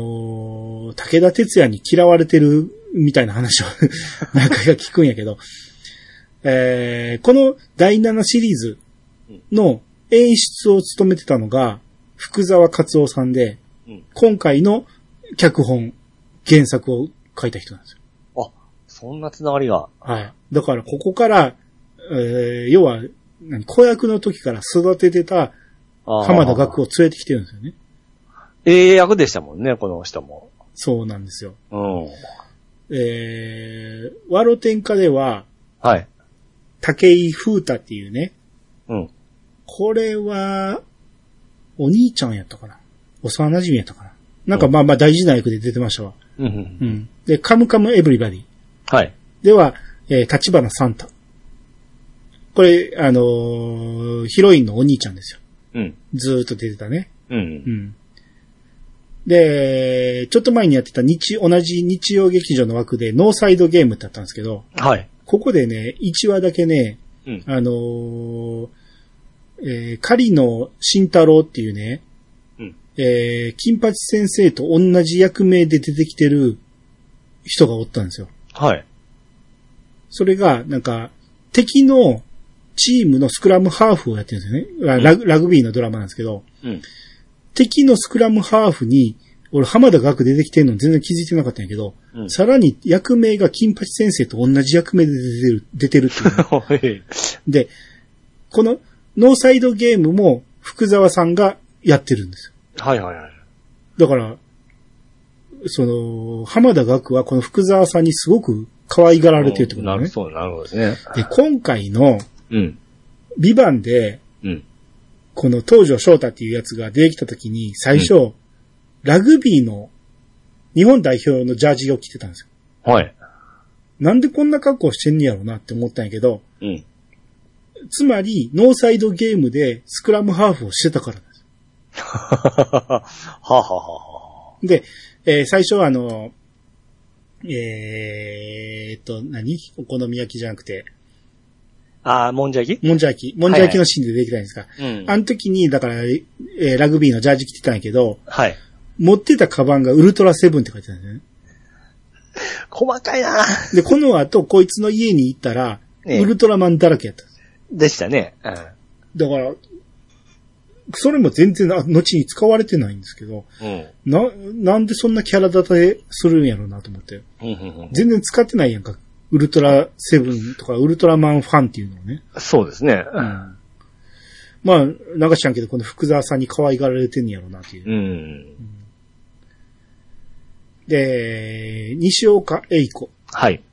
Speaker 2: ー武田鉄矢に嫌われてるみたいな話を 何回か聞くんやけど、えーこの第7シリーズの演出を務めてたのが、福沢克夫さんで、
Speaker 3: うん。
Speaker 2: 今回の脚本、原作を書いた人なんですよ。
Speaker 3: あ、そんなつながりが。
Speaker 2: はい。だからここから、えー要は、何子役の時から育ててた浜田学
Speaker 3: を。
Speaker 2: を連れてきてるんですよね。
Speaker 3: ええ役でしたもんね、この人も。
Speaker 2: そうなんですよ。
Speaker 3: うん。
Speaker 2: えー、ワロテンカでは、
Speaker 3: はい。
Speaker 2: 竹井風太っていうね、
Speaker 3: うん。
Speaker 2: これは、お兄ちゃんやったかな。幼馴染やったかな。なんかまあまあ大事な役で出てましたわ。
Speaker 3: うんうん
Speaker 2: う。ん。で、カムカムエブリバディ。
Speaker 3: はい。
Speaker 2: では、えー、立花サンタ。これ、あのーヒロインのお兄ちゃんですよ。
Speaker 3: うん。
Speaker 2: ずーっと出てたね。
Speaker 3: う。
Speaker 2: うんん。で、ちょっと前にやってた日、同じ日曜劇場の枠でノーサイドゲームってあったんですけど、
Speaker 3: はい。
Speaker 2: ここでね、1話だけね、
Speaker 3: うん。
Speaker 2: あのーえー、狩野慎太郎っていうね、
Speaker 3: うん
Speaker 2: えー金八先生と同じ役名で出てきてる人がおったんですよ。
Speaker 3: はい。
Speaker 2: それが、なんか、敵のチームのスクラムハーフをやってるんですよね。あラグラグビーのドラマなんですけど、
Speaker 3: うん。
Speaker 2: 敵のスクラムハーフに、俺浜田学出てきてるの全然気づいてなかったんやけど、
Speaker 3: うん
Speaker 2: さらに役名が金八先生と同じ役名で出てる、出てるっていうね、 で、このノーサイドゲームも福沢さんがやってるんです
Speaker 3: はいはいはい。
Speaker 2: よ。だから、その、浜田学はこの福沢さんにすごく可愛がられてるってこと
Speaker 3: な
Speaker 2: ね
Speaker 3: る。そう、なるほどですね。
Speaker 2: で、今回の、
Speaker 3: うん。
Speaker 2: ビバンで、
Speaker 3: うん。
Speaker 2: この東條翔太っていうやつが出てきた時に、最初、ラグビーの日本代表のジャージを着てたんですよ。
Speaker 3: はい。
Speaker 2: なんでこんな格好してんねやろうなって思ったんやけど、
Speaker 3: うん。
Speaker 2: つまり、ノーサイドゲームでスクラムハーフをしてたからなんですよ。
Speaker 3: はははは。
Speaker 2: で、えー最初はあの、えーっと、何お好み焼きじゃなくて、
Speaker 3: あー、もんじゃ焼き
Speaker 2: もんじゃ焼き。もんじゃ焼きのシーンで出てきたんですが、
Speaker 3: うん
Speaker 2: あの時に、だから、えーラグビーのジャージ着てたんやけど、
Speaker 3: はい。
Speaker 2: 持ってたカバンがウルトラセブンって書いてたんですよね。
Speaker 3: 細かいな
Speaker 2: で、この後、こいつの家に行ったら、
Speaker 3: ええ
Speaker 2: ウルトラマンだらけやったんです。
Speaker 3: でしたね。うん。
Speaker 2: だから、それも全然、あ後に使われてないんですけど、
Speaker 3: うん。
Speaker 2: な、なんでそんなキャラ立てするんやろうなと思って。
Speaker 3: うんうん
Speaker 2: 全然使ってないやんか。ウルトラセブンとか、ウルトラマンファンっていうのをね。
Speaker 3: うん、そうですね。
Speaker 2: う。ん。まあ、なんか知らんけど、この福沢さんに可愛がられてんやろうなっていう。
Speaker 3: うん。
Speaker 2: で、西岡栄子、
Speaker 3: はい。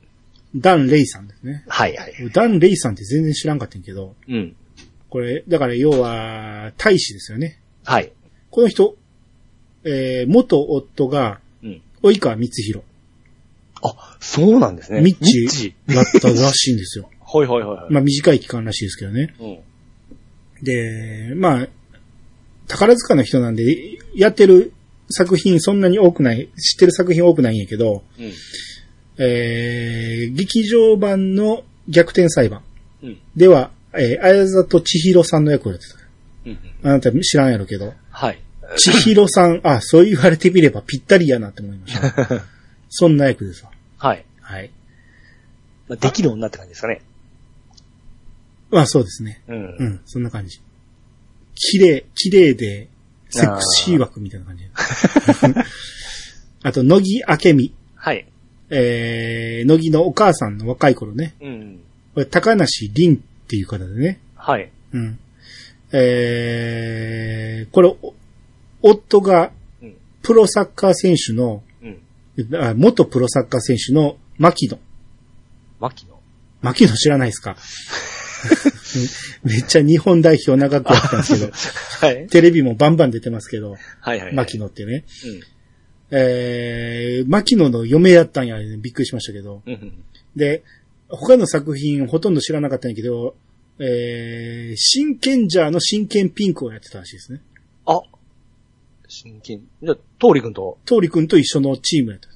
Speaker 2: ダン・レイさんですね。
Speaker 3: はいはい。
Speaker 2: ダン・レイさんって全然知らんかったんやけど、
Speaker 3: うん。
Speaker 2: これ、だから要は、大使ですよね。
Speaker 3: はい。
Speaker 2: この人、えー、元夫が、
Speaker 3: うん。
Speaker 2: 及川光弘
Speaker 3: あ、そうなんですね。
Speaker 2: ミッチ
Speaker 3: ミッチ。
Speaker 2: だったらしいんです よ。
Speaker 3: ほいほいほいほい。
Speaker 2: まあ短い期間らしいですけどね。
Speaker 3: うん。
Speaker 2: で、まあ、宝塚の人なんで、やってる作品そんなに多くない、知ってる作品多くないんやけど、
Speaker 3: うん。
Speaker 2: えー、劇場版の逆転裁判
Speaker 3: うん。
Speaker 2: では、えー、綾里千尋さんの役をやってた。
Speaker 3: うん。
Speaker 2: あなた知らんやろうけ ど。
Speaker 3: はい。
Speaker 2: 千尋さん、あ、そう言われてみればぴったりやなって思いました。 そんな役ですわ。
Speaker 3: はい。
Speaker 2: はい。
Speaker 3: まあ、できる女って感じですかね。
Speaker 2: まあそうですね。
Speaker 3: う。
Speaker 2: うんん、そんな感じ。綺麗、綺麗で、セクシー枠みたいな感じ。あと、乃木明美。
Speaker 3: はい。
Speaker 2: えー、乃木のお母さんの若い頃ね。
Speaker 3: うん。
Speaker 2: これ高梨凛っていう方でね。
Speaker 3: はい。
Speaker 2: うん。えー、これ、お夫が
Speaker 3: うん、
Speaker 2: プロサッカー選手の、
Speaker 3: うん。
Speaker 2: あ元プロサッカー選手の牧野。
Speaker 3: 牧野。
Speaker 2: 牧野知らないですか めっちゃ日本代表長くやったんですけど、
Speaker 3: はい。
Speaker 2: テレビもバンバン出てますけど、
Speaker 3: はいはい。
Speaker 2: 牧
Speaker 3: 野。
Speaker 2: 野ってね。えー、牧野の嫁やったんや、びっくりしましたけど。
Speaker 3: うん。うん。
Speaker 2: で、他の作品ほとんど知らなかったんやけど、えー、真剣ジャーの真剣ピンクをやってたらしいですね。
Speaker 3: あ。真剣。じゃあ、通りくんと、
Speaker 2: 通りくんと一緒のチームやった。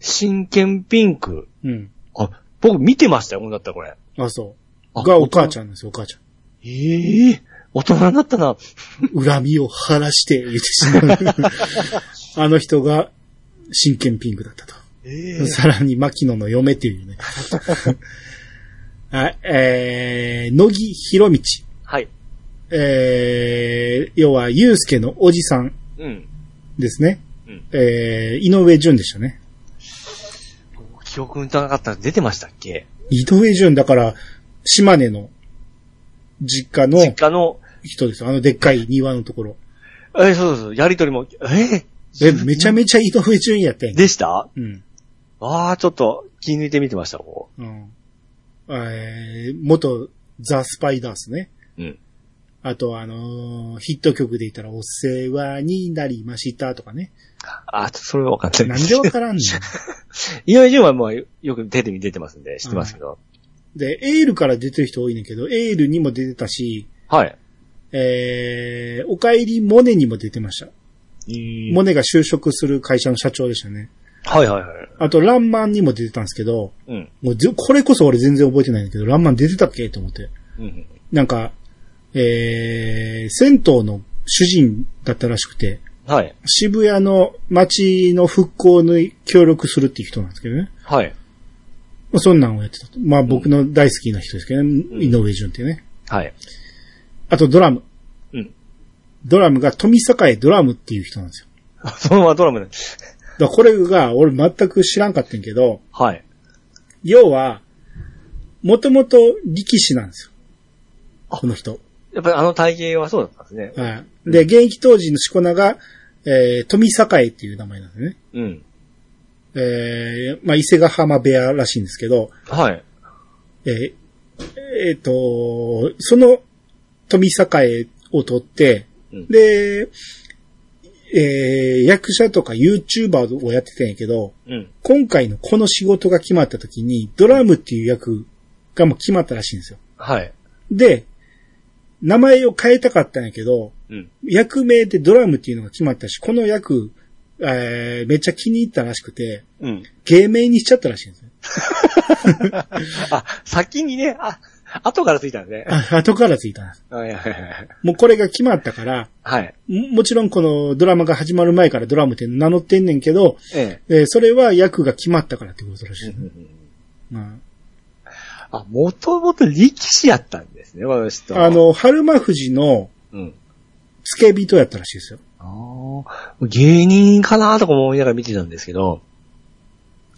Speaker 3: 真剣ピンク。
Speaker 2: うん。
Speaker 3: あ、僕見てましたよ、ほんだったらこれ。
Speaker 2: あ、そう。
Speaker 3: あ
Speaker 2: がお母ちゃんなんですよ、お母ちゃん。
Speaker 3: ええ大人になったな。
Speaker 2: 恨みを晴らして言ってしまう。 あの人が真剣ピンクだったと。
Speaker 3: え
Speaker 2: さらに、牧野の嫁っていうね。 はい、えー、野木博道。
Speaker 3: はい。
Speaker 2: えー、要は、ゆうすけのおじさん
Speaker 3: うん。
Speaker 2: ですね。
Speaker 3: うん
Speaker 2: えー、井上淳でしたね。
Speaker 3: 記憶になかったら出てましたっけ
Speaker 2: 井上淳、だから、島根の実家の
Speaker 3: 実家の、
Speaker 2: 人ですよ。あのでっかい庭のところ。
Speaker 3: え、そうそうそう、やりとりも、え
Speaker 2: え、めちゃめちゃ井上淳やったんや
Speaker 3: でした
Speaker 2: うん。
Speaker 3: ああ、ちょっと気抜いて見てました、こ
Speaker 2: うん。えー、元、ザ・スパイダースね。
Speaker 3: う。うん。
Speaker 2: あと、あのーヒット曲で言ったら、お世話になりましたとかね。
Speaker 3: ああ、ちょっとそれはわかんない
Speaker 2: なんでわからんね ん。
Speaker 3: 井上潤はもうよくテレビ出てますんで、知ってますけど。
Speaker 2: で、エールから出てる人多いねんけど、エールにも出てたし、
Speaker 3: はい。
Speaker 2: えー、おかえりモネにも出てました。モネが就職する会社の社長でしたね。
Speaker 3: はいはいはい。
Speaker 2: あと、ランマンにも出てたんですけど、
Speaker 3: うん。
Speaker 2: もうぜこれこそ俺全然覚えてないんだけど、ランマン出てたっけと思って。
Speaker 3: うん。
Speaker 2: なんか、えー、銭湯の主人だったらしくて、
Speaker 3: はい。
Speaker 2: 渋谷の街の復興に協力するっていう人なんですけどね。
Speaker 3: はい。
Speaker 2: まあ、そんなんをやってたと。まあ僕の大好きな人ですけどね、
Speaker 3: ん
Speaker 2: 井上淳ってね。
Speaker 3: はい。
Speaker 2: あとドラム。
Speaker 3: うん
Speaker 2: ドラムが富栄ドラムっていう人なんですよ。
Speaker 3: そのままドラマで。
Speaker 2: だからこれが俺全く知らんかったんやけど、
Speaker 3: はい。
Speaker 2: 要は、もともと力士なんですよ。
Speaker 3: あ
Speaker 2: この人。
Speaker 3: やっぱりあの体型はそうだったんですね。
Speaker 2: はい。で、現役当時のしこ名が、えー、富栄っていう名前なんですね。
Speaker 3: うん。
Speaker 2: えー、まあ、伊勢ヶ浜部屋らしいんですけど、
Speaker 3: はい。
Speaker 2: えーえーっと、その富栄を取って、
Speaker 3: うん
Speaker 2: で、えー役者とか YouTuber をやってたんやけど、
Speaker 3: うん。
Speaker 2: 今回のこの仕事が決まった時に、ドラムっていう役がもう決まったらしいんですよ。
Speaker 3: はい。
Speaker 2: で、名前を変えたかったんやけど、
Speaker 3: うん。
Speaker 2: 役名でドラムっていうのが決まったし、この役、えーめっちゃ気に入ったらしくて、
Speaker 3: うん。
Speaker 2: 芸名にしちゃったらしいんですよ。
Speaker 3: あ、先にね、あ、後からついたんですね。
Speaker 2: あ後からついたんです。
Speaker 3: はいはいはい
Speaker 2: もうこれが決まったから、
Speaker 3: はい。はい。
Speaker 2: ももちろんこのドラマが始まる前からドラムって名乗ってんねんけど、
Speaker 3: ええ。
Speaker 2: えーそれは役が決まったからってことらしいですね。うん
Speaker 3: あ、もともと力士やったんですね、この人は。
Speaker 2: あ、の、春馬富士の
Speaker 3: うん。
Speaker 2: 付け人やったらしいですよ。
Speaker 3: ああ、芸人かなとか思いながら見てたんですけど、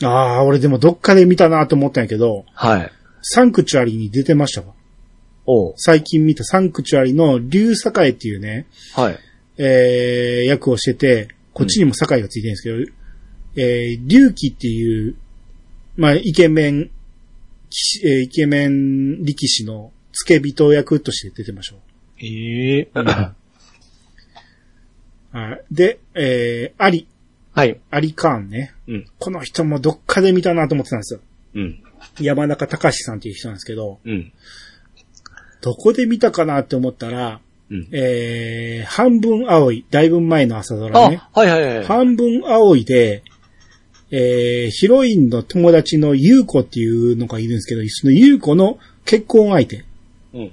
Speaker 2: ああ、俺でもどっかで見たなと思ったんやけど、
Speaker 3: はい。
Speaker 2: サンクチュアリに出てましたわ。
Speaker 3: おう
Speaker 2: 最近見たサンクチュアリの竜栄っていうね、
Speaker 3: はい。
Speaker 2: えー、役をしてて、こっちにも堺がついてるんですけど、えー、龍騎っていう、まあ、イケメン、騎士えーイケメン力士の付け人役として出てましょ
Speaker 3: ええ
Speaker 2: う。はいで、えー、アリ、
Speaker 3: はい。
Speaker 2: アリカーンね。
Speaker 3: うん。
Speaker 2: この人もどっかで見たなと思ってたんですよ。
Speaker 3: うん。
Speaker 2: 山中隆さんっていう人なんですけど、
Speaker 3: うん。
Speaker 2: どこで見たかなって思ったら、
Speaker 3: うん。
Speaker 2: えー、半分青い、だいぶ前の朝ドラ
Speaker 3: あ、
Speaker 2: ね。
Speaker 3: はいはいはい。
Speaker 2: 半分青いで、えー、ヒロインの友達の優子っていうのがいるんですけど、その優子の結婚相手
Speaker 3: うん。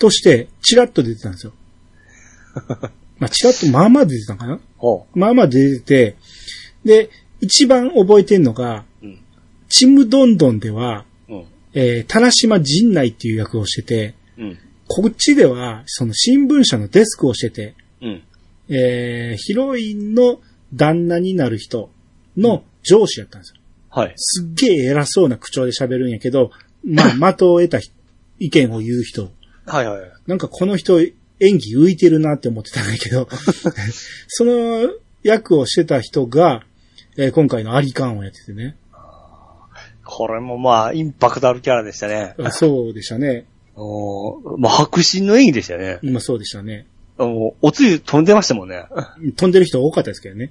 Speaker 2: として、チラッと出てたんで すよ。まあ、チラッとまあまあ出てたのかな
Speaker 3: ほ
Speaker 2: まあまあ出てて、で、一番覚えてんのが、
Speaker 3: う。うん。
Speaker 2: チムドンドンでは、
Speaker 3: うん。
Speaker 2: えー、田良島陣内っていう役をしてて、
Speaker 3: うん。
Speaker 2: こっちでは、その新聞社のデスクをしてて、
Speaker 3: うん。
Speaker 2: えー、ヒロインの旦那になる人の上司やったんですよ。
Speaker 3: はい。
Speaker 2: すっげえ偉そうな口調で喋るんやけど、まあ、的を得た人意見を言う人。
Speaker 3: はいはいはい。
Speaker 2: なんかこの人演技浮いてるなって思ってたんだけど、その役をしてた人が、えー今回のアリカンをやっててね。
Speaker 3: これもまあ、インパクトあるキャラでしたね。
Speaker 2: あそうでしたね。
Speaker 3: おーまあ、白真の演技でしたね。
Speaker 2: 今そうでしたね。
Speaker 3: もう、おつゆ飛んでましたも んね。
Speaker 2: 飛んでる人多かったですけどね。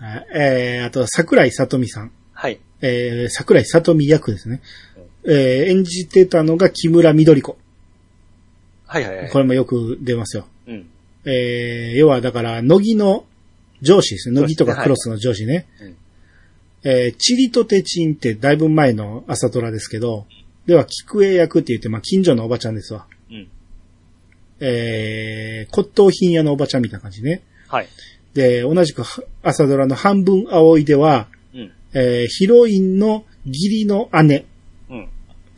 Speaker 2: あえー、あと、桜井さとみさん。
Speaker 3: はい。
Speaker 2: えー、桜井さとみ役ですね。えー、演じてたのが木村緑子。
Speaker 3: はいはいはい
Speaker 2: こ。れもよく出ますよ。
Speaker 3: うん。
Speaker 2: えー、要はだから、乃木の上司ですね。乃木とかクロスの上司ね。
Speaker 3: はいうん
Speaker 2: えー、チリとテチンってだいぶ前の朝ドラですけど、では、菊江役って言って、まあ、近所のおばちゃんですわ。
Speaker 3: うん。
Speaker 2: えー、骨董品屋のおばちゃんみたいな感じね。
Speaker 3: はい。
Speaker 2: で、同じくは朝ドラの半分青いでは、
Speaker 3: うん。
Speaker 2: えー、ヒロインの義理の姉、
Speaker 3: うん。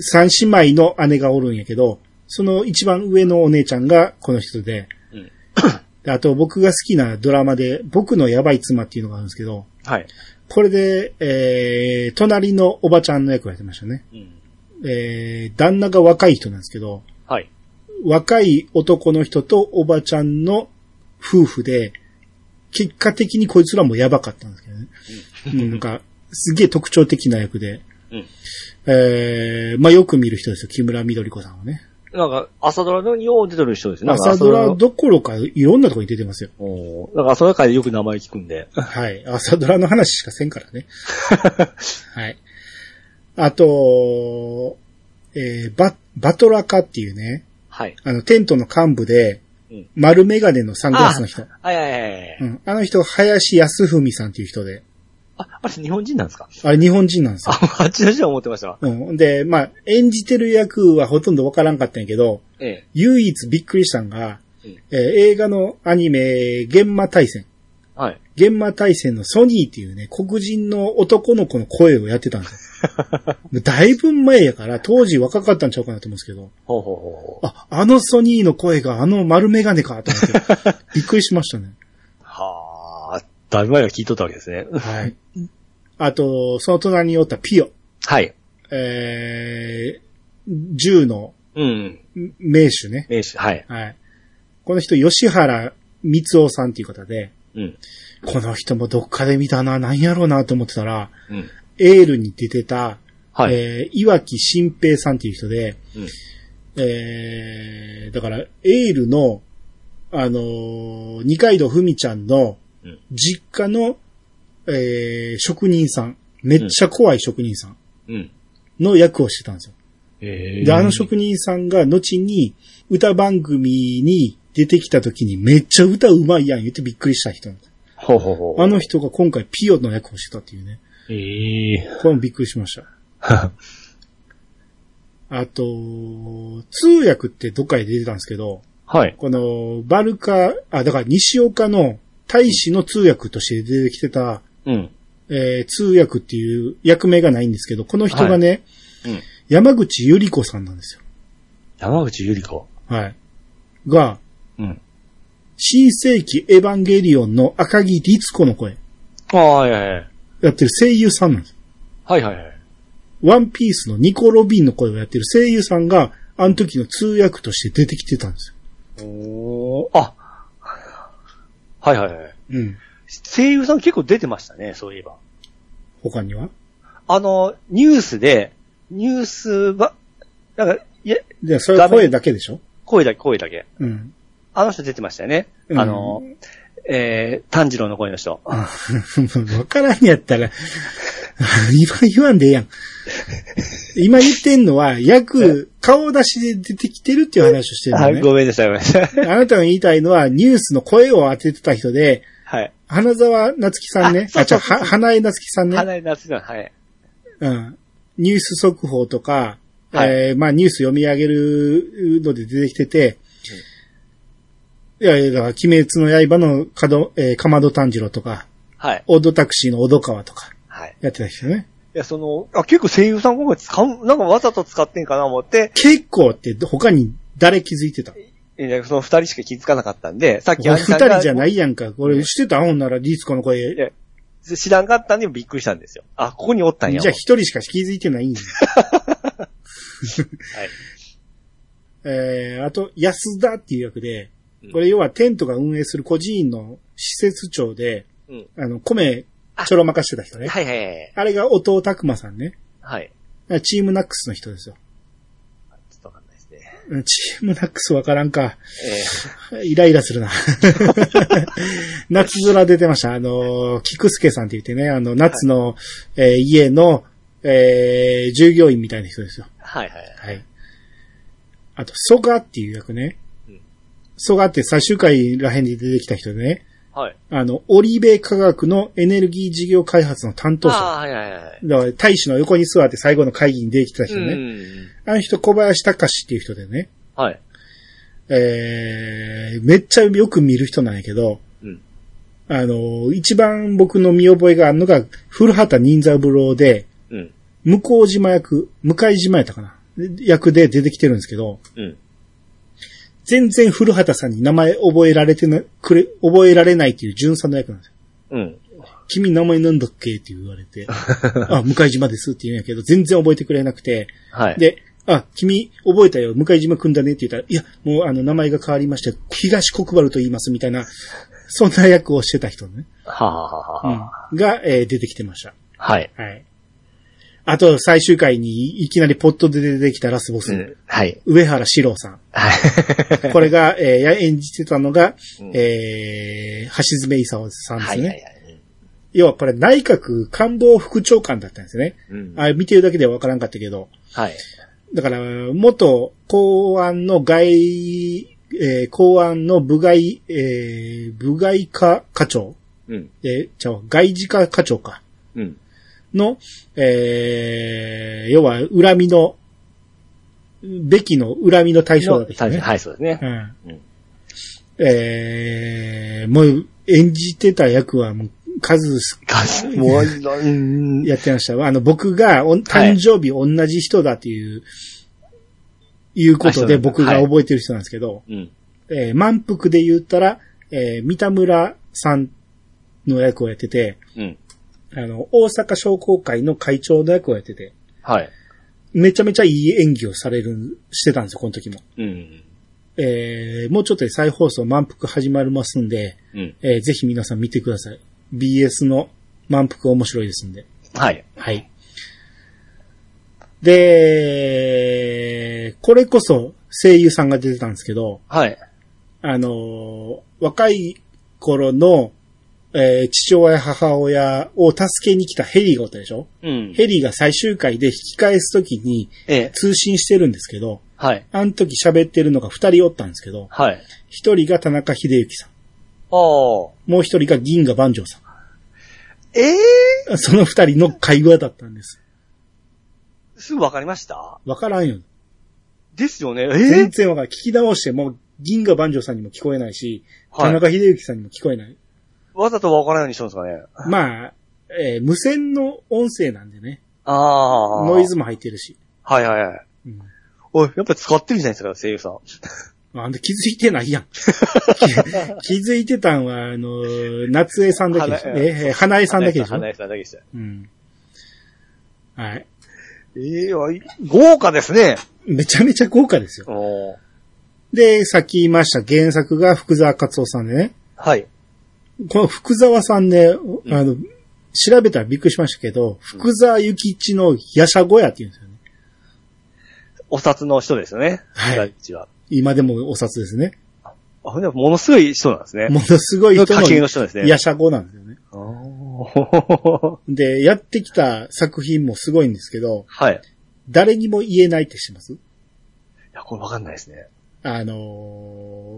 Speaker 2: 三姉妹の姉がおるんやけど、その一番上のお姉ちゃんがこの人で、
Speaker 3: うん。
Speaker 2: であと僕が好きなドラマで、僕のやばい妻っていうのがあるんですけど、
Speaker 3: はい。
Speaker 2: これで、えー、隣のおばちゃんの役をやってましたね。
Speaker 3: うん。
Speaker 2: えー、旦那が若い人なんですけど、
Speaker 3: はい。
Speaker 2: 若い男の人とおばちゃんの夫婦で、結果的にこいつらもやばかったんですけどね。うんなんか、すげえ特徴的な役で、
Speaker 3: うん。
Speaker 2: えー、まあよく見る人ですよ、木村緑子さんはね。
Speaker 3: なんか、朝ドラのよう出てる人ですね。なんか
Speaker 2: 朝ドラどころかいろんなとこに出てますよ。
Speaker 3: おーなんか、朝ドラ界でよく名前聞くんで。
Speaker 2: はい。朝ドラの話しかせんから ね。はい。あと、えーバ、バトラカっていうね、
Speaker 3: はい。
Speaker 2: あの、テントの幹部で
Speaker 3: うん、
Speaker 2: 丸メガネのサングラスの人。
Speaker 3: はいはいはいはい。
Speaker 2: うん。あの人、林康文さんっていう人で、
Speaker 3: あ、あれ日本人なんですか
Speaker 2: あれ日本人なんですよ。
Speaker 3: あ、あっちの人は思ってましたわ。
Speaker 2: うん。で、まあ、演じてる役はほとんどわからんかったんやけど、
Speaker 3: ええ。
Speaker 2: 唯一びっくりしたんが、
Speaker 3: うん
Speaker 2: えー映画のアニメ、現魔対戦。
Speaker 3: はい。
Speaker 2: 現魔対戦のソニーっていうね、黒人の男の子の声をやってたんですよ。だいぶ前やから、当時若かったんちゃうかなと思うんですけど、
Speaker 3: ほうほうほうほう。
Speaker 2: あ、あのソニーの声があの丸メガネかと思って、びっくりしましたね。
Speaker 3: はあ、だいぶ前は聞いとったわけですね。
Speaker 2: はい。あと、その隣におったピオ、
Speaker 3: はい。
Speaker 2: えー、銃の
Speaker 3: うん。
Speaker 2: 名手ね。
Speaker 3: 名手、はい。
Speaker 2: はい。この人、吉原光夫さんっていう方で、
Speaker 3: うん。
Speaker 2: この人もどっかで見たな、なんやろうなと思ってたら、
Speaker 3: うん。
Speaker 2: エールに出てた、
Speaker 3: はい。
Speaker 2: えー、岩木新平さんっていう人で、
Speaker 3: うん
Speaker 2: えー、だから、エールの、あのー二階堂ふみちゃんの
Speaker 3: うん、
Speaker 2: 実家の、えー、職人さん、めっちゃ怖い職人さん
Speaker 3: うん。
Speaker 2: の役をしてたんですよ。
Speaker 3: え
Speaker 2: で、あの職人さんが後に歌番組に出てきた時にめっちゃ歌うまいやん言ってびっくりした人なんです。
Speaker 3: ほうほうほう。
Speaker 2: あの人が今回ピオの役をしてたっていうね。
Speaker 3: ええ
Speaker 2: これもびっくりしました。
Speaker 3: ー。
Speaker 2: あと、通訳ってどっかで出てたんですけど、
Speaker 3: はい。
Speaker 2: この、バルカ、あ、だから西岡の大使の通訳として出てきてた、
Speaker 3: うん。
Speaker 2: えー通訳っていう役名がないんですけど、この人がね、
Speaker 3: はいうん
Speaker 2: 山口ゆり子さんなんですよ。
Speaker 3: 山口ゆり子。
Speaker 2: はい。が、
Speaker 3: うん。
Speaker 2: 新世紀エヴァンゲリオンの赤木律子の声、
Speaker 3: ああ、はいはいはい。
Speaker 2: やってる声優さんなんです。
Speaker 3: はいはいはい。
Speaker 2: ワンピースのニコ・ロビンの声をやってる声優さんが、あの時の通訳として出てきてたんです
Speaker 3: おーあ。はいはいはい。
Speaker 2: よ。うん。
Speaker 3: 声優さん結構出てましたね、そういえば。
Speaker 2: 他には
Speaker 3: あの、ニュースで、ニュースば、なんか、いや、
Speaker 2: で、それは声だけでしょ
Speaker 3: 声だけ、声だけ。
Speaker 2: うん。
Speaker 3: あの人出てましたよね。
Speaker 2: うん
Speaker 3: あの、えー、炭治郎の声の人。
Speaker 2: あ わからんやったら、 今言わんでええやん。今言ってんのは、役、顔出しで出てきてるっていう話をしてる
Speaker 3: あ
Speaker 2: のね。
Speaker 3: ごめんなさい、ごめんなさい。
Speaker 2: あなたが言いたいのは、ニュースの声を当ててた人で、
Speaker 3: はい。
Speaker 2: 花沢夏樹さんね。
Speaker 3: あ
Speaker 2: あ、じ
Speaker 3: そ
Speaker 2: ゃ
Speaker 3: うそうそう
Speaker 2: 花江夏樹さんね。
Speaker 3: 花江夏樹さん、はい。
Speaker 2: うん。ニュース速報とか、
Speaker 3: はい
Speaker 2: えーまあニュース読み上げるので出てきてて、いやいや、だから鬼滅の刃のかど、えー、かまど炭治郎とか、
Speaker 3: はい。
Speaker 2: オドタクシーの小戸川とか、
Speaker 3: はい。
Speaker 2: やってた人ね。
Speaker 3: いや、その、あ、結構声優さん今回使う、なんかわざと使ってんかな思って、
Speaker 2: 結構って他に誰気づいてた
Speaker 3: いやその二人しか気づかなかったんで、さっき
Speaker 2: 二
Speaker 3: 兄さんが
Speaker 2: 人じゃないやんか。これしてたほんなら、リーツコの声。
Speaker 3: や知らんかったんでびっくりしたんですよ。あ、ここにおったんや。
Speaker 2: じゃあ一人しか気づいてないん だよ。
Speaker 3: はい。
Speaker 2: えー、あと、安田っていう役で
Speaker 3: うん、
Speaker 2: これ要はテントが運営する孤児院の施設長で、
Speaker 3: うん
Speaker 2: あの、米ちょろまかしてた人ね。
Speaker 3: はいはいはい。
Speaker 2: あれが音尾拓馬さんね。
Speaker 3: はい。
Speaker 2: チームナックスの人ですよ。
Speaker 3: ちょっとわかんないですね。
Speaker 2: うんチームナックスわからんか。
Speaker 3: え
Speaker 2: イライラするな。夏空出てました。あのー、菊助さんって言ってね、あの、夏の、えー家の、えー従業員みたいな人ですよ。
Speaker 3: ー、はいはい。
Speaker 2: はい。あと、蘇我っていう役ね
Speaker 3: うん。
Speaker 2: 蘇我って最終回らへんに出てきた人でね、
Speaker 3: はい。
Speaker 2: あの、オリベ科学のエネルギー事業開発の担当者。
Speaker 3: ああー、はいはいはい。
Speaker 2: だから、大使の横に座って最後の会議に出てきた人
Speaker 3: う
Speaker 2: ね。
Speaker 3: ん。
Speaker 2: あの人、小林隆っていう人でね、
Speaker 3: はい。
Speaker 2: えー、めっちゃよく見る人なんやけど、
Speaker 3: うん
Speaker 2: あの、一番僕の見覚えがあるのが、古畑任三郎で、
Speaker 3: うん。
Speaker 2: 向島役、向島やったかな役で出てきてるんですけど、
Speaker 3: うん。
Speaker 2: 全然古畑さんに名前覚えられてな、くれ、覚えられないっていう純さんの役なんですよ。
Speaker 3: うん。
Speaker 2: 君名前なんだっけって言われ て、あ、向島ですって言うんやけど、全然覚えてくれなくて、
Speaker 3: はい。
Speaker 2: で、あ、君、覚えたよ、向島くんだねって言ったら、いや、もうあの、名前が変わりまして、東国原と言いますみたいな、そんな役をしてた人ね。
Speaker 3: はあ、はあはあ、
Speaker 2: うんが、えー出てきてました。
Speaker 3: はい。
Speaker 2: はい。あと、最終回にいきなりポットで出てきたラスボス、
Speaker 3: うん。はい。
Speaker 2: 上原史郎さん。
Speaker 3: はい。
Speaker 2: これが、えーや演じてたのが、
Speaker 3: うん
Speaker 2: えー、橋爪功さんですね。
Speaker 3: はいはいはい。
Speaker 2: 要はこれ内閣官房副長官だったんですね。
Speaker 3: うん。
Speaker 2: あれ見てるだけではわからんかったけど。
Speaker 3: はい。
Speaker 2: だから、元公安の外、えー公安の部外、えー部外課課長、
Speaker 3: うん。
Speaker 2: えー、ちゃうわ外事課課長か、
Speaker 3: うん。
Speaker 2: の、えー要は恨みの、べきの恨みの対象だった人
Speaker 3: 最
Speaker 2: ね
Speaker 3: 初。はい、そうですね。
Speaker 2: う
Speaker 3: うん
Speaker 2: んえー、もう演じてた役はもう数
Speaker 3: もう、うん。
Speaker 2: やってましたわ。あの、僕がお誕生日同じ人だっていう、い、うこ
Speaker 3: あそ
Speaker 2: と
Speaker 3: うな
Speaker 2: で
Speaker 3: んだ
Speaker 2: 僕が覚えてる人なんですけど、
Speaker 3: うん。
Speaker 2: えー満腹で言ったら、えー三田村さんの役をやってて、
Speaker 3: うん。
Speaker 2: あの、大阪商工会の会長の役をやってて、
Speaker 3: はい。
Speaker 2: めちゃめちゃいい演技をされる、してたんですよ、この時も。
Speaker 3: うん。
Speaker 2: えー、もうちょっとで再放送満腹始まりますんで、
Speaker 3: うん。
Speaker 2: えー、ぜひ皆さん見てください。BS の満腹面白いですんで。
Speaker 3: はい。
Speaker 2: はい。で、これこそ声優さんが出てたんですけど、
Speaker 3: はい。
Speaker 2: あのー若い頃の、えー父親、母親を助けに来たヘリがおったでしょ
Speaker 3: うん。
Speaker 2: ヘリが最終回で引き返すときに
Speaker 3: ええ。
Speaker 2: 通信してるんですけど、
Speaker 3: はい。
Speaker 2: あの時喋ってるのが二人おったんですけど、
Speaker 3: はい。
Speaker 2: 一人が田中秀幸さん、
Speaker 3: ああ。
Speaker 2: もう一人が銀河万丈さ
Speaker 3: ええ
Speaker 2: ん。その二人の会話だったんです。
Speaker 3: すぐわかりました
Speaker 2: わからんよ。
Speaker 3: ですよね。え
Speaker 2: 全
Speaker 3: え
Speaker 2: 然わからん。聞き直しても銀河万丈さんにも聞こえないし、
Speaker 3: は
Speaker 2: 田
Speaker 3: い。
Speaker 2: 中秀幸さんにも聞こえない。
Speaker 3: わざとわからないようにしたんですかね。
Speaker 2: まあ、えー無線の音声なんでね、
Speaker 3: ああ。
Speaker 2: ノイズ。も入ってるし。
Speaker 3: はいはいはい。
Speaker 2: うん
Speaker 3: おい、やっぱ使ってるじゃないですか、声優さん。
Speaker 2: あんで気づいてない やん。気づいてたんは、あのー、夏江さんだけでしょ。
Speaker 3: 花江
Speaker 2: えー、花江さんだけでしょ。
Speaker 3: 花江さんだけでした。
Speaker 2: うん。はい。
Speaker 3: ええあい豪華ですね。
Speaker 2: めちゃめちゃ豪華ですよ。
Speaker 3: おー
Speaker 2: で、さっき言いました原作が福沢克夫さんでね。
Speaker 3: はい。
Speaker 2: この福沢さんね、あの、調べたらびっくりしましたけど、福沢諭吉のヤシャ小屋って言うんですよね。
Speaker 3: お札の人ですよね。
Speaker 2: はい
Speaker 3: 第一は。
Speaker 2: 今でもお札ですね。
Speaker 3: あ、ほんでものすごい人なんですね。
Speaker 2: ものすごい人
Speaker 3: 家系の
Speaker 2: の
Speaker 3: 人ですね。
Speaker 2: ヤシャ語なんですよね。
Speaker 3: あー
Speaker 2: で、やってきた作品もすごいんですけど、
Speaker 3: はい。い
Speaker 2: 誰にも言えないって知ってます
Speaker 3: や、これわかんないですね。
Speaker 2: あの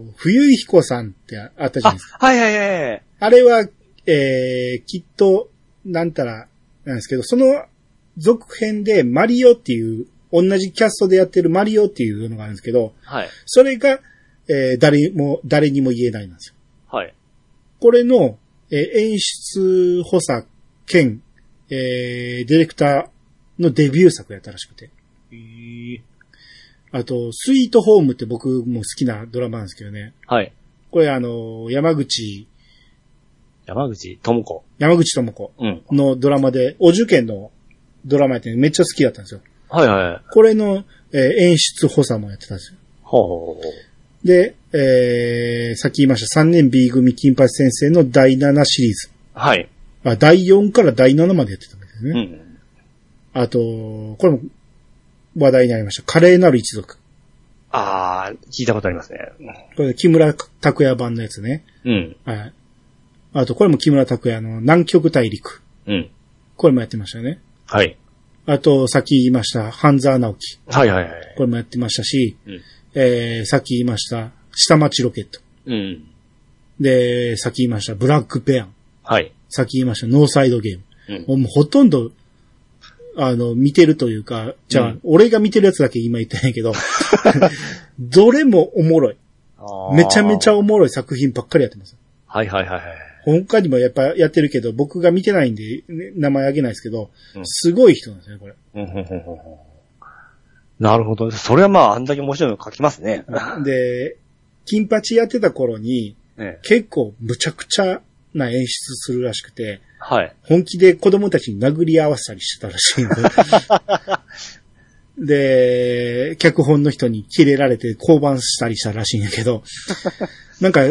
Speaker 2: ー、冬井彦さんってあったじゃな
Speaker 3: あ
Speaker 2: いですか。、
Speaker 3: はいはいはいはい。
Speaker 2: あれは、えー、きっと、なんたら、なんですけど、その続編でマリオっていう、同じキャストでやってるマリオっていうのがあるんですけど、
Speaker 3: はい。
Speaker 2: それが、えー、誰も、誰にも言えないなんですよ。
Speaker 3: はい。
Speaker 2: これの、えー演出補佐兼、えー、ディレクターのデビュー作やったらしくて。あと、スイートホームって僕も好きなドラマなんですけどね。
Speaker 3: はい。
Speaker 2: これあの、山口、
Speaker 3: 山口智子。
Speaker 2: 山口智子
Speaker 3: うん。
Speaker 2: のドラマで、お受験のドラマやってめっちゃ好きだったんですよ。
Speaker 3: はいはい。は
Speaker 2: これの、えー演出補佐もやってたんですよ。
Speaker 3: あは
Speaker 2: で、えー、さっき言いました3年 B 組金八先生の第7シリーズ。
Speaker 3: あはい。
Speaker 2: あ、第4から第7までやってたんですよね。
Speaker 3: うん。
Speaker 2: あと、これも話題になりました。華麗なる一族。
Speaker 3: ああ、聞いたことありますね。
Speaker 2: これ木村拓哉版のやつね。
Speaker 3: うん。
Speaker 2: はい。あと、これも木村拓哉の南極大陸。
Speaker 3: うん。
Speaker 2: これもやってましたね。
Speaker 3: はい。
Speaker 2: あと、さっき言いました、半沢直樹。
Speaker 3: はいはいはい。
Speaker 2: これもやってましたし、
Speaker 3: うん
Speaker 2: えー、さっき言いました、下町ロケット。
Speaker 3: うん。
Speaker 2: で、さっき言いました、ブラックペアン。
Speaker 3: はい。
Speaker 2: さっき言いました、ノーサイドゲーム。
Speaker 3: うん
Speaker 2: もうほとんど、あの、見てるというか、じゃあ、
Speaker 3: うん
Speaker 2: 俺が見てるやつだけ今言ってない けど、どれもおもろい。めちゃめちゃ
Speaker 3: あー。
Speaker 2: おもろい作品ばっかりやってます。
Speaker 3: はいはいはいはい。
Speaker 2: 他にもやっぱやってるけど、僕が見てないんで、ね名前あげないですけど
Speaker 3: う、ん
Speaker 2: すごい人なんですね、これ。
Speaker 3: うんうんうんうんうんなるほど。それはまあ、あんだけ面白いの書きますね。
Speaker 2: で、金八やってた頃に、
Speaker 3: ね
Speaker 2: 結構むちゃくちゃな演出するらしくて、
Speaker 3: はい。
Speaker 2: 本気で子供たちに殴り合わせたりしてたらしいん で。で、脚本の人にキレられて降板したりしたらしいんやけど、なんか、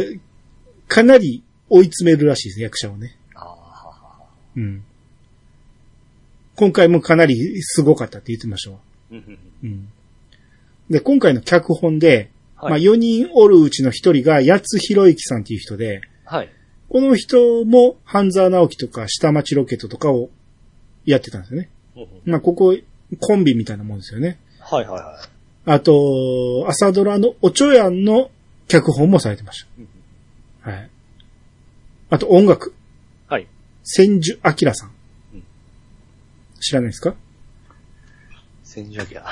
Speaker 2: かなり追い詰めるらしいですね、役者をね。
Speaker 3: あ
Speaker 2: うん。今回もかなりすごかったって言ってましたわ。
Speaker 3: ー
Speaker 2: うん。で、今回の脚本で、
Speaker 3: はい
Speaker 2: まあ4人おるうちの1人が八津博之さんっていう人で、
Speaker 3: はい。
Speaker 2: この人も半沢直樹とか下町ロケットとかをやってたんですよね。まあここコンビみたいなもんですよね。
Speaker 3: はいはいは
Speaker 2: あと、朝ドラのおちょやんの脚本もされてました。はい。あと音楽。
Speaker 3: い。はい。
Speaker 2: 千住明さん
Speaker 3: うん。
Speaker 2: 知らないですか
Speaker 3: 戦場や。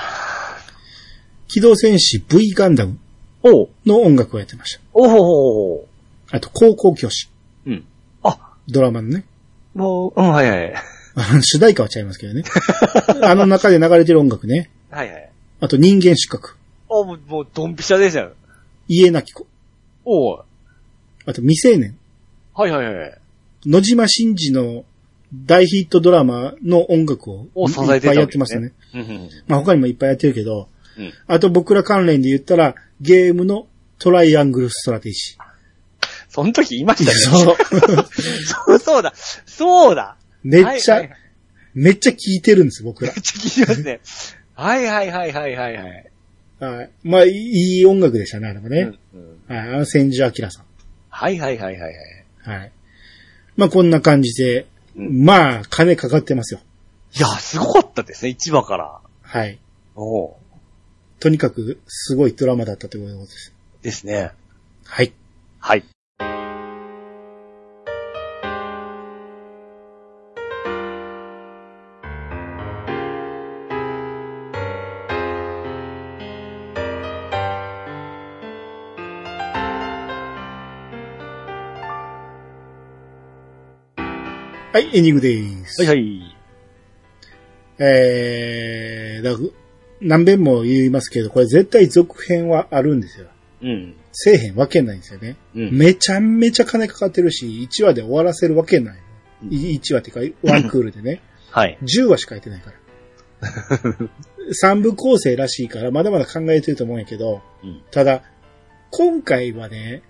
Speaker 2: 機動戦士 V ガンダム
Speaker 3: おう
Speaker 2: の音楽をやってまし
Speaker 3: おおお
Speaker 2: た。あと、高校教師。
Speaker 3: うん。あ、
Speaker 2: ドラマのね。
Speaker 3: もう、うん、はいはい。
Speaker 2: あの主題歌はちゃいますけどね。 あの中で流れてる音楽ね。
Speaker 3: はいはい。
Speaker 2: あと、人間失格。
Speaker 3: おもう、もう、ドンピシャでしたよ。
Speaker 2: 家なき子。
Speaker 3: おう
Speaker 2: あと、未成年。
Speaker 3: はいはいはい。
Speaker 2: 野島真司の大ヒットドラマの音楽を
Speaker 3: を支
Speaker 2: い
Speaker 3: え
Speaker 2: って
Speaker 3: た
Speaker 2: ぱ
Speaker 3: わけですね
Speaker 2: いやってましたね。
Speaker 3: うんうんうん
Speaker 2: まあ、他にもいっぱいやってるけど、
Speaker 3: うん
Speaker 2: あと僕ら関連で言ったら、ゲームのトライアングルストラテジ
Speaker 3: その時言いました
Speaker 2: ー。
Speaker 3: ね。
Speaker 2: そう。
Speaker 3: そう、そうだ。そうだ。
Speaker 2: めっち
Speaker 3: はい
Speaker 2: ゃ
Speaker 3: はい、
Speaker 2: めっちゃ聞いてるんです、僕ら
Speaker 3: め。っちゃ聞いてますね。はいはいはいはいはいはい。
Speaker 2: はい。まあ、いいい音楽でしたね、あれも
Speaker 3: う
Speaker 2: ね。
Speaker 3: んうん
Speaker 2: はい。あの、千住明さん。
Speaker 3: はいはいはいはいはい。
Speaker 2: はい。まあ、こんな感じで、
Speaker 3: うん
Speaker 2: まあ、金かかってますよ。
Speaker 3: いや、すごかったですね、一話から。
Speaker 2: はい。
Speaker 3: おう
Speaker 2: とにかく、すごいドラマだったということです。
Speaker 3: ですね。
Speaker 2: はい。
Speaker 3: はい。
Speaker 2: はい、エンディングです。
Speaker 3: はいはい。
Speaker 2: えー、だから何遍も言いますけど、これ絶対続編はあるんですよ。
Speaker 3: うん。
Speaker 2: せえへんわけないんですよね。
Speaker 3: うん。
Speaker 2: めちゃめちゃ金かかってるし、1話で終わらせるわけない。
Speaker 3: うん
Speaker 2: い1話っていうか、ワンクールで ね。
Speaker 3: はい。
Speaker 2: 10話しかやってないから。3部構成らしいから、まだまだ考えてると思うんやけど、
Speaker 3: うん
Speaker 2: ただ、今回はね、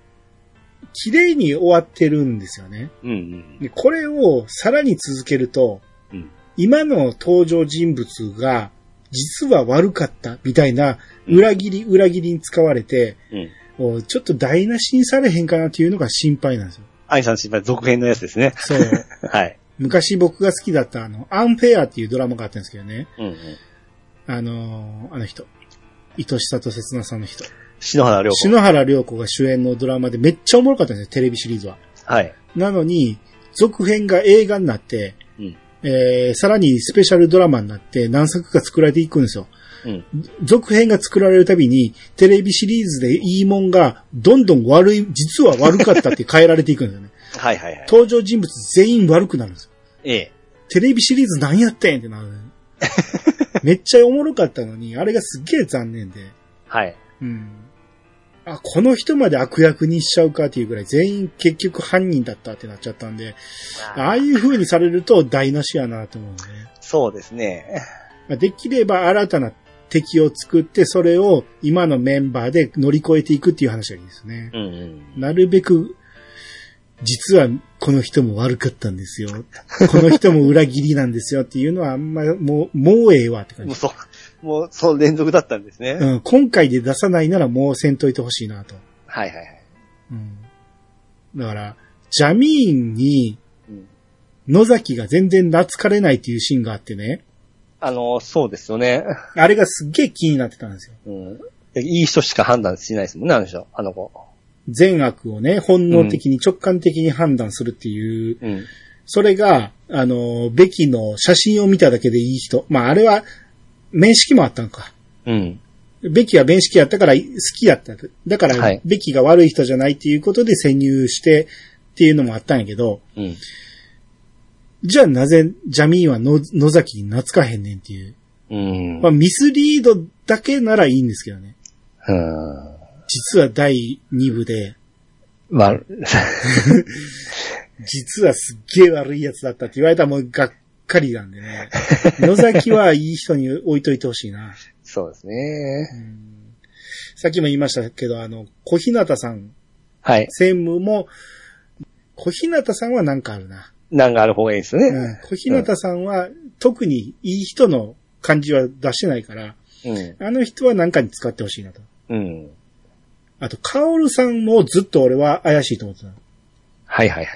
Speaker 2: 綺麗に終わってるんですよね。
Speaker 3: うんうん。
Speaker 2: でこれをさらに続けると、
Speaker 3: うん
Speaker 2: 今の登場人物が、実は悪かった、みたいな、裏切り、裏切りに使われて、
Speaker 3: うん。
Speaker 2: もうちょっと台無しにされへんかなっていうのが心配なんですよ。
Speaker 3: 愛さん心配、続編のやつですね。
Speaker 2: そう。
Speaker 3: はい。
Speaker 2: 昔僕が好きだったあの、アンフェアっていうドラマがあったんですけどね。
Speaker 3: うんうん。
Speaker 2: あのーあの人。愛しさと切なさの人。
Speaker 3: 篠原涼子。
Speaker 2: 篠原涼子が主演のドラマでめっちゃおもろかったんですよ、テレビシリーズは。
Speaker 3: はい。
Speaker 2: なのに、続編が映画になって、
Speaker 3: うん
Speaker 2: えー、さらにスペシャルドラマになって何作か作られていくんですよ。
Speaker 3: うん。
Speaker 2: 続編が作られるたびに、テレビシリーズでいいもんが、どんどん悪い、実は悪かったって変えられていくんですよ ね。
Speaker 3: はいはいはい。
Speaker 2: 登場人物全員悪くなるんですよ。
Speaker 3: ええ。
Speaker 2: テレビシリーズ何やってんってなる。 めっちゃおもろかったのに、あれがすっげえ残念で。
Speaker 3: はい。
Speaker 2: うん。あ、この人まで悪役にしちゃうかっていうぐらい全員結局犯人だったってなっちゃったんで、ああいう風にされると台無しやなと思うね。
Speaker 3: そうですね。
Speaker 2: まあできれば新たな敵を作って、それを今のメンバーで乗り越えていくっていう話がいいですね。
Speaker 3: うんうん。
Speaker 2: なるべく、実はこの人も悪かったんですよ。この人も裏切りなんですよっていうのはあんま、もう、もうええわって感
Speaker 3: もう
Speaker 2: じ。
Speaker 3: そう、もうそう連続だったんですね。
Speaker 2: うん、今回で出さないならもうせんといてほしいなと。
Speaker 3: はいはいはい。
Speaker 2: うん。だから、ジャミーンに
Speaker 3: うん
Speaker 2: 野崎が全然懐かれないっていうシーンがあってね、
Speaker 3: あの、そうですよね。
Speaker 2: あれがすっげえ気になってたんですよ。
Speaker 3: うん。いい人しか判断しないですもんね、あの人。あの子。
Speaker 2: 善悪をね、本能的に直感的に判断するっていう
Speaker 3: うん。
Speaker 2: それが、あの、ベキの写真を見ただけでいい人。まあ、あれは、面識もあったのか。
Speaker 3: うん。
Speaker 2: ベキは面識やったから好きやったと。だから、
Speaker 3: はい
Speaker 2: ベキが悪い人じゃないっていうことで潜入してっていうのもあったんやけど、
Speaker 3: うん。
Speaker 2: じゃあなぜジャミーンはの野崎に懐かへんねんっていう。
Speaker 3: うん。
Speaker 2: まあ、ミスリードだけならいいんですけどね。
Speaker 3: うん。
Speaker 2: 実は第2部で、
Speaker 3: まあ、
Speaker 2: 実はすっげえ悪いやつだったって言われたらもうがっかりなんでね。野崎はいい人に置いといてほしいな。
Speaker 3: そうですね。
Speaker 2: うんさっきも言いましたけど、あの、小日向さん、
Speaker 3: はい。
Speaker 2: 専務も、小日向さんはなんかあるな。
Speaker 3: 難がある方がいいです
Speaker 2: う
Speaker 3: ね。
Speaker 2: ん、小日向さんは特にいい人の感じは出してないから、
Speaker 3: うん。
Speaker 2: あの人はなんかに使ってほしいなと。
Speaker 3: うん。
Speaker 2: あと、カオルさんもずっと俺は怪しいと思ってた。
Speaker 3: はいはいはいはい。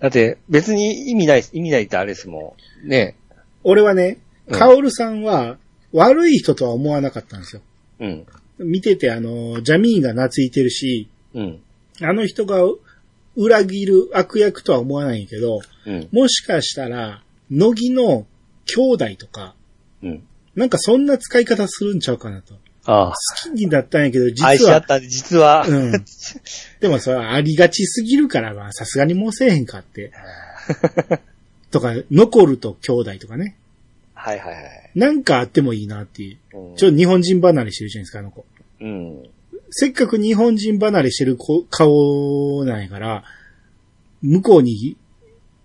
Speaker 3: だって、別に意味ない、意味ないってあれですもん。ね。
Speaker 2: 俺はね、
Speaker 3: うん
Speaker 2: カオルさんは悪い人とは思わなかったんですよ。
Speaker 3: うん。
Speaker 2: 見てて、あの、ジャミーンが懐いてるし、
Speaker 3: うん。
Speaker 2: あの人が裏切る悪役とは思わないんやけど、
Speaker 3: うん。
Speaker 2: もしかしたら、乃木の兄弟とか、
Speaker 3: うん。
Speaker 2: なんかそんな使い方するんちゃうかなと。好
Speaker 3: あ
Speaker 2: きになったんやけど、
Speaker 3: あ。愛
Speaker 2: 実
Speaker 3: し合
Speaker 2: は
Speaker 3: っ、たんで、実は。
Speaker 2: うんでもそれはありがちすぎるから、まあさすがにもうせえへんか って。とか、残ると兄弟とかね。
Speaker 3: はいはいはい。
Speaker 2: なんかあってもいいなっていう。
Speaker 3: うん
Speaker 2: ちょ、日本人離れしてるじゃないですか、あの子。
Speaker 3: うん。
Speaker 2: せっかく日本人離れしてる子顔なんやから、向こうに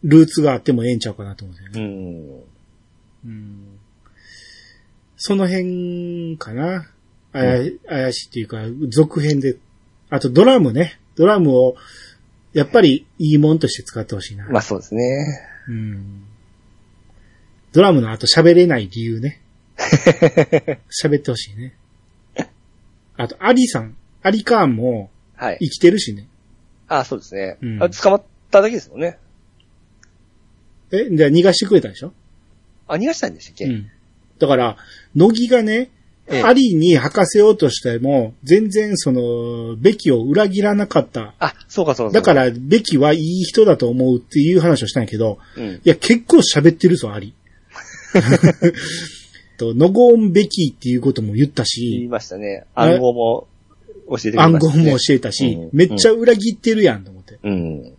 Speaker 2: ルーツがあってもええんちゃうかなと思うんだよね。
Speaker 3: う
Speaker 2: う
Speaker 3: ん。
Speaker 2: んその辺かな。あや怪しいっていうか、続編であとドラムね。ドラムを、やっぱりいいもんとして使ってほしいな。
Speaker 3: まあそうですね。
Speaker 2: うん。ドラムの後喋れない理由 ね。喋ってほしいね。あと、アリさん、アリカーンも
Speaker 3: はい。
Speaker 2: 生きてるしね。
Speaker 3: あそうですね。
Speaker 2: うん
Speaker 3: あ捕まっただけですもんね。
Speaker 2: え、じゃあ逃がしてくれたでしょ
Speaker 3: あ、逃がしたんでしたっけ、
Speaker 2: うん。だから、乃木がね、
Speaker 3: ええ
Speaker 2: アリに吐かせようとしても、全然その、ベキを裏切らなかった。
Speaker 3: あ、そうかそうか。、
Speaker 2: だからら、ベキはいい人だと思うっていう話をしたんやけど、
Speaker 3: うん。
Speaker 2: いや、結構喋ってるぞ、ア リ。と、ノゴーンベキっていうことも言った
Speaker 3: 言い
Speaker 2: し、
Speaker 3: ましたね。
Speaker 2: あれ
Speaker 3: 暗号も教えてくれま
Speaker 2: 暗
Speaker 3: した、ね。
Speaker 2: 号も教えたし、
Speaker 3: うん
Speaker 2: めっちゃ裏切ってるやんと思って。
Speaker 3: うん。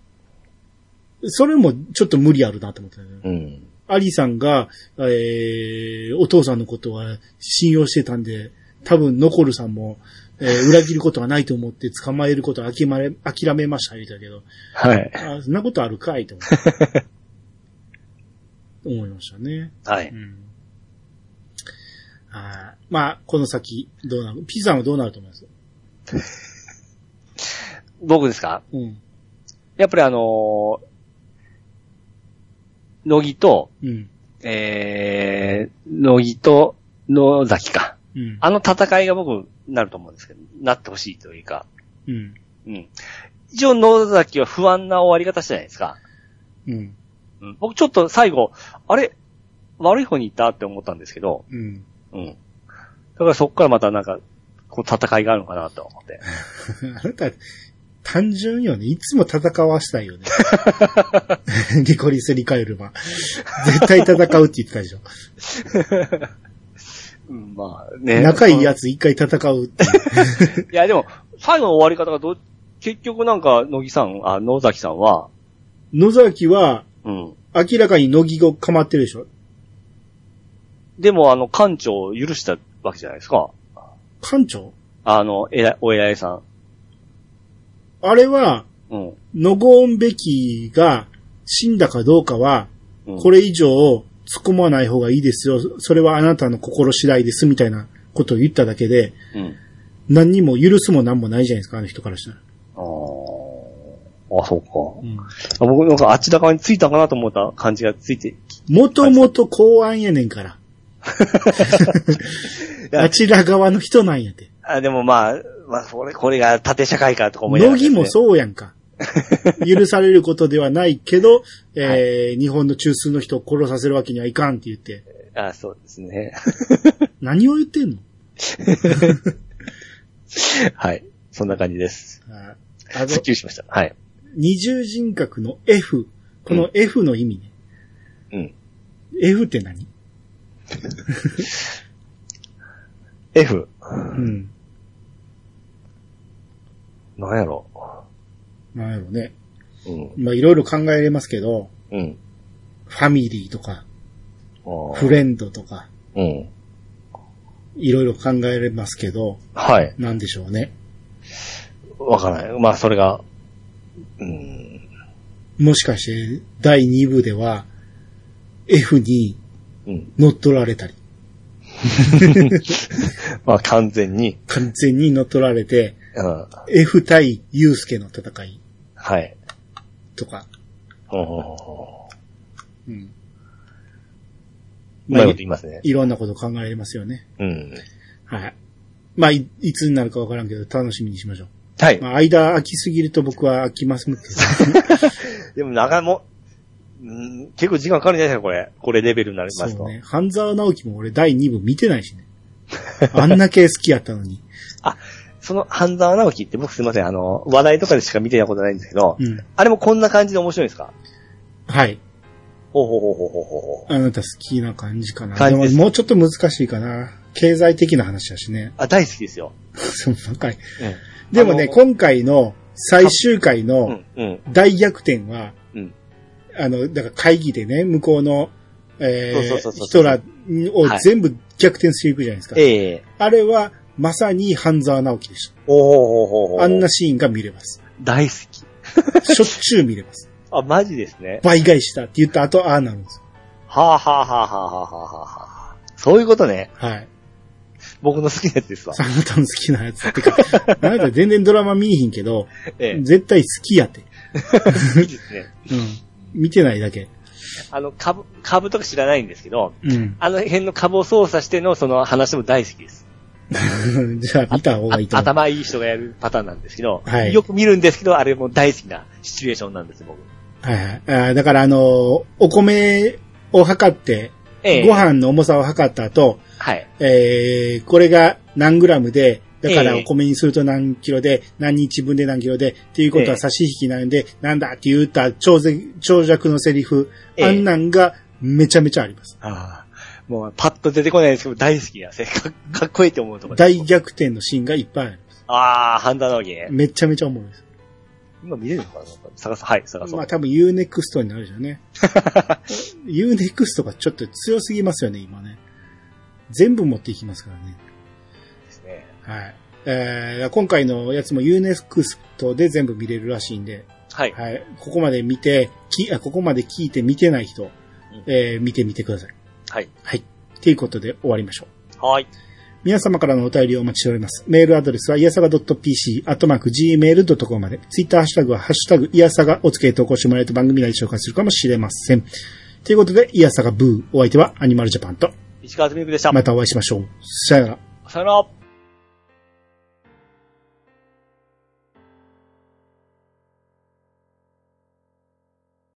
Speaker 2: それもちょっと無理あるなと思って。
Speaker 3: うん。
Speaker 2: アリさんが、えー、お父さんのことは信用してたんで、多分ノコルさんも、えー裏切ることはないと思って捕まえることは諦め、諦めました、言うたけど、
Speaker 3: はい。
Speaker 2: あそんなことあるかいと思って。思いましたね。
Speaker 3: は
Speaker 2: う
Speaker 3: い。
Speaker 2: ん。あーまあ、この先、どうなる、ピザはどうなると思います
Speaker 3: 僕ですか
Speaker 2: うん。
Speaker 3: やっぱりあのー、乃木と、
Speaker 2: うん。
Speaker 3: えー、乃木と野崎か。
Speaker 2: うん。
Speaker 3: あの戦いが僕、なると思うんですけど、なってほしいというか。
Speaker 2: うん。
Speaker 3: うん。一応野崎は不安な終わり方したじゃないですか。
Speaker 2: うん。
Speaker 3: うん。僕ちょっと最後、あれ悪い方に行ったって思ったんですけど、
Speaker 2: うん。
Speaker 3: うん。だからそこからまたなんか、こう戦いがあるのかなと思って。
Speaker 2: あなた、単純よね。いつも戦わしたいよね。 リコリス・リカエルマ。絶対戦うって言ってたで しょ。
Speaker 3: うん、まあね。
Speaker 2: 仲いいやつ一回戦うって。
Speaker 3: いや、でも、最後の終わり方がどう、結局なんか、野木さん、あ、野崎さんは、
Speaker 2: 野崎は、
Speaker 3: うん。
Speaker 2: 明らかに乃木が構ってるでしょ。
Speaker 3: でも、あの、館長を許したわけじゃないですか。
Speaker 2: 館長
Speaker 3: あの、えら、お偉いさ
Speaker 2: あれは、
Speaker 3: ん。うん。
Speaker 2: ノゴーンベキが死んだかどうかは、
Speaker 3: うん、
Speaker 2: これ以上突っ込まない方がいいですよ。それはあなたの心次第です、みたいなことを言っただけで、
Speaker 3: うん。
Speaker 2: 何にも許すも何もないじゃないですか、あの人からしたら。
Speaker 3: あーあ、そうか。あ僕なんかあっちだ側についたかなと思った感じがつい て。い
Speaker 2: もともと公安やねんから。あ
Speaker 3: や
Speaker 2: ちら側の人なんやて。
Speaker 3: あでもまあ、まあ、これ、これが縦社会かとか思いながら
Speaker 2: 乃
Speaker 3: です
Speaker 2: 木
Speaker 3: ね、
Speaker 2: もそうやん か。許されることではないけど、えー日本の中枢の人を殺させるわけにはいかんって言って。
Speaker 3: あそうですね。
Speaker 2: 何を言ってんの
Speaker 3: はい。そんな感じです。
Speaker 2: ああの
Speaker 3: すっきりしました。はい。
Speaker 2: 二重人格の F。この F の意味ね。
Speaker 3: うん。
Speaker 2: F って何
Speaker 3: F。
Speaker 2: うん。
Speaker 3: なんやろ。
Speaker 2: なんやろうね。
Speaker 3: うん。
Speaker 2: まあ、いろいろ考えれますけど、
Speaker 3: うん。
Speaker 2: ファミリーとか、
Speaker 3: あー
Speaker 2: フレンドとか、
Speaker 3: うん。
Speaker 2: いろいろ考えれますけど、
Speaker 3: はい。
Speaker 2: なんでしょうね。
Speaker 3: わからない。まあ、それが、うん。
Speaker 2: もしかして、第2部では、F に
Speaker 3: うん。
Speaker 2: 乗っ取られたり、
Speaker 3: まあ、完全に、
Speaker 2: 完全に乗っ取られて、
Speaker 3: うん。
Speaker 2: F 対ユースケの戦い
Speaker 3: はい。
Speaker 2: とか、
Speaker 3: うんうんうんうん
Speaker 2: うん。
Speaker 3: う
Speaker 2: ま
Speaker 3: まい
Speaker 2: あ、
Speaker 3: こと
Speaker 2: い
Speaker 3: 言いますね。
Speaker 2: いろんなこと考えれますよね。
Speaker 3: うん。
Speaker 2: はい。まあ、いいつになるかわからんけど、楽しみにしましょう。
Speaker 3: はい。
Speaker 2: まあ、間空きすぎると僕は空きます けど。
Speaker 3: でも、長いも、うん、結構時間かかるんじゃないですか、これ。これレベルになりま
Speaker 2: そ
Speaker 3: すと。
Speaker 2: うね。半沢直樹も俺第2部見てないしね。あんな系好きやったのに。
Speaker 3: その、半沢直樹って僕すいません、あの、話題とかでしか見てたことないんですけど、
Speaker 2: うん。
Speaker 3: あれもこんな感じで面白いんですか
Speaker 2: はい。
Speaker 3: ほうほうほうほうほうほうほう。
Speaker 2: あなた好きな感じかな。
Speaker 3: 感じです
Speaker 2: でももうちょっと難しいかな。経済的な話だしね。
Speaker 3: あ、大好きですよ。
Speaker 2: その中に
Speaker 3: うん
Speaker 2: でもね、
Speaker 3: あの
Speaker 2: 今回の最終回の
Speaker 3: うん、うん、
Speaker 2: 大逆転は、
Speaker 3: うん
Speaker 2: あの、だから会議でね、向こうの、え
Speaker 3: そ
Speaker 2: ー
Speaker 3: うそうそうそう
Speaker 2: ヒトラーを
Speaker 3: はい
Speaker 2: 全部逆転していくじゃないですか。
Speaker 3: ええ
Speaker 2: あれは、まさに半沢直樹でした。
Speaker 3: おほうほうほうほう。
Speaker 2: あんな、シーンが見れ ます。
Speaker 3: 大好き。
Speaker 2: しょっちゅう見れます。
Speaker 3: あ、マジですね。
Speaker 2: 倍返したって言った後、ああなるんですよ。
Speaker 3: はあはあはあはあはあはあはあ。そういうことね。
Speaker 2: はい。
Speaker 3: 僕の好きなやつですわ。
Speaker 2: あなたの好きなやつ。てか、 あなた全然ドラマ見えひんけど、
Speaker 3: ええ。
Speaker 2: 絶対好きやて。
Speaker 3: 好きですね。
Speaker 2: うん。見てないだけ。
Speaker 3: あの、株、株とか知らないんですけど、
Speaker 2: うん。
Speaker 3: あの辺の株を操作してのその話も大好きです。
Speaker 2: じゃあ見た方がいいと
Speaker 3: あ
Speaker 2: 思う。
Speaker 3: 頭いい人がやるパターンなんですけど、
Speaker 2: はい
Speaker 3: よく見るんですけど、あれも大好きなシチュエーションなんです、僕。
Speaker 2: はいはいあー。だからあのーお米を測って、
Speaker 3: ええ。
Speaker 2: ご飯の重さを測った後、
Speaker 3: はい。
Speaker 2: えー、これが何グラムで、だから
Speaker 3: ええ
Speaker 2: お米にすると何キロで、何日分で何キロで、っていうこと
Speaker 3: え
Speaker 2: は
Speaker 3: え
Speaker 2: 差し引きなんで、なんだって言った長ぜ長尺のセリフ、
Speaker 3: ええ
Speaker 2: あんなんがめちゃめちゃあります。
Speaker 3: ああ。もう、パッと出てこないですけど、大好きな、せか かっこいいと思うところ
Speaker 2: 大逆転のシーンがいっぱいあります。
Speaker 3: ああ、ハンダのゲ
Speaker 2: めちゃめちゃ重いです。
Speaker 3: 今見れるのかな探そう。はい、探そう。
Speaker 2: まあ多分 UNEXT になるでしょうね。UNEXT がちょっと強すぎますよね、今ね。全部持っていきますからね。
Speaker 3: ですね。
Speaker 2: はい。えー、今回のやつも UNEXT で全部見れるらしいんで、
Speaker 3: はい。
Speaker 2: はい。ここまで見て、き、あここまで聞いて見てない人、えー、見てみてください。
Speaker 3: はい。
Speaker 2: はい。ということで終わりましょう。
Speaker 3: はい。
Speaker 2: 皆様からのお便りをお待ちしております。メールアドレスは、いやさが .pc、アットマーク gmail.com まで。ツイッターハッシュタグは、ハッシュタグ、いやさがをつけて投稿してもらえると番組内で紹介するかもしれません。ということで、いやさがブー。お相手は、アニマルジャパンと、
Speaker 3: 石川とみゆきでした。
Speaker 2: またお会いしましょう。さよなら。
Speaker 3: さよなら。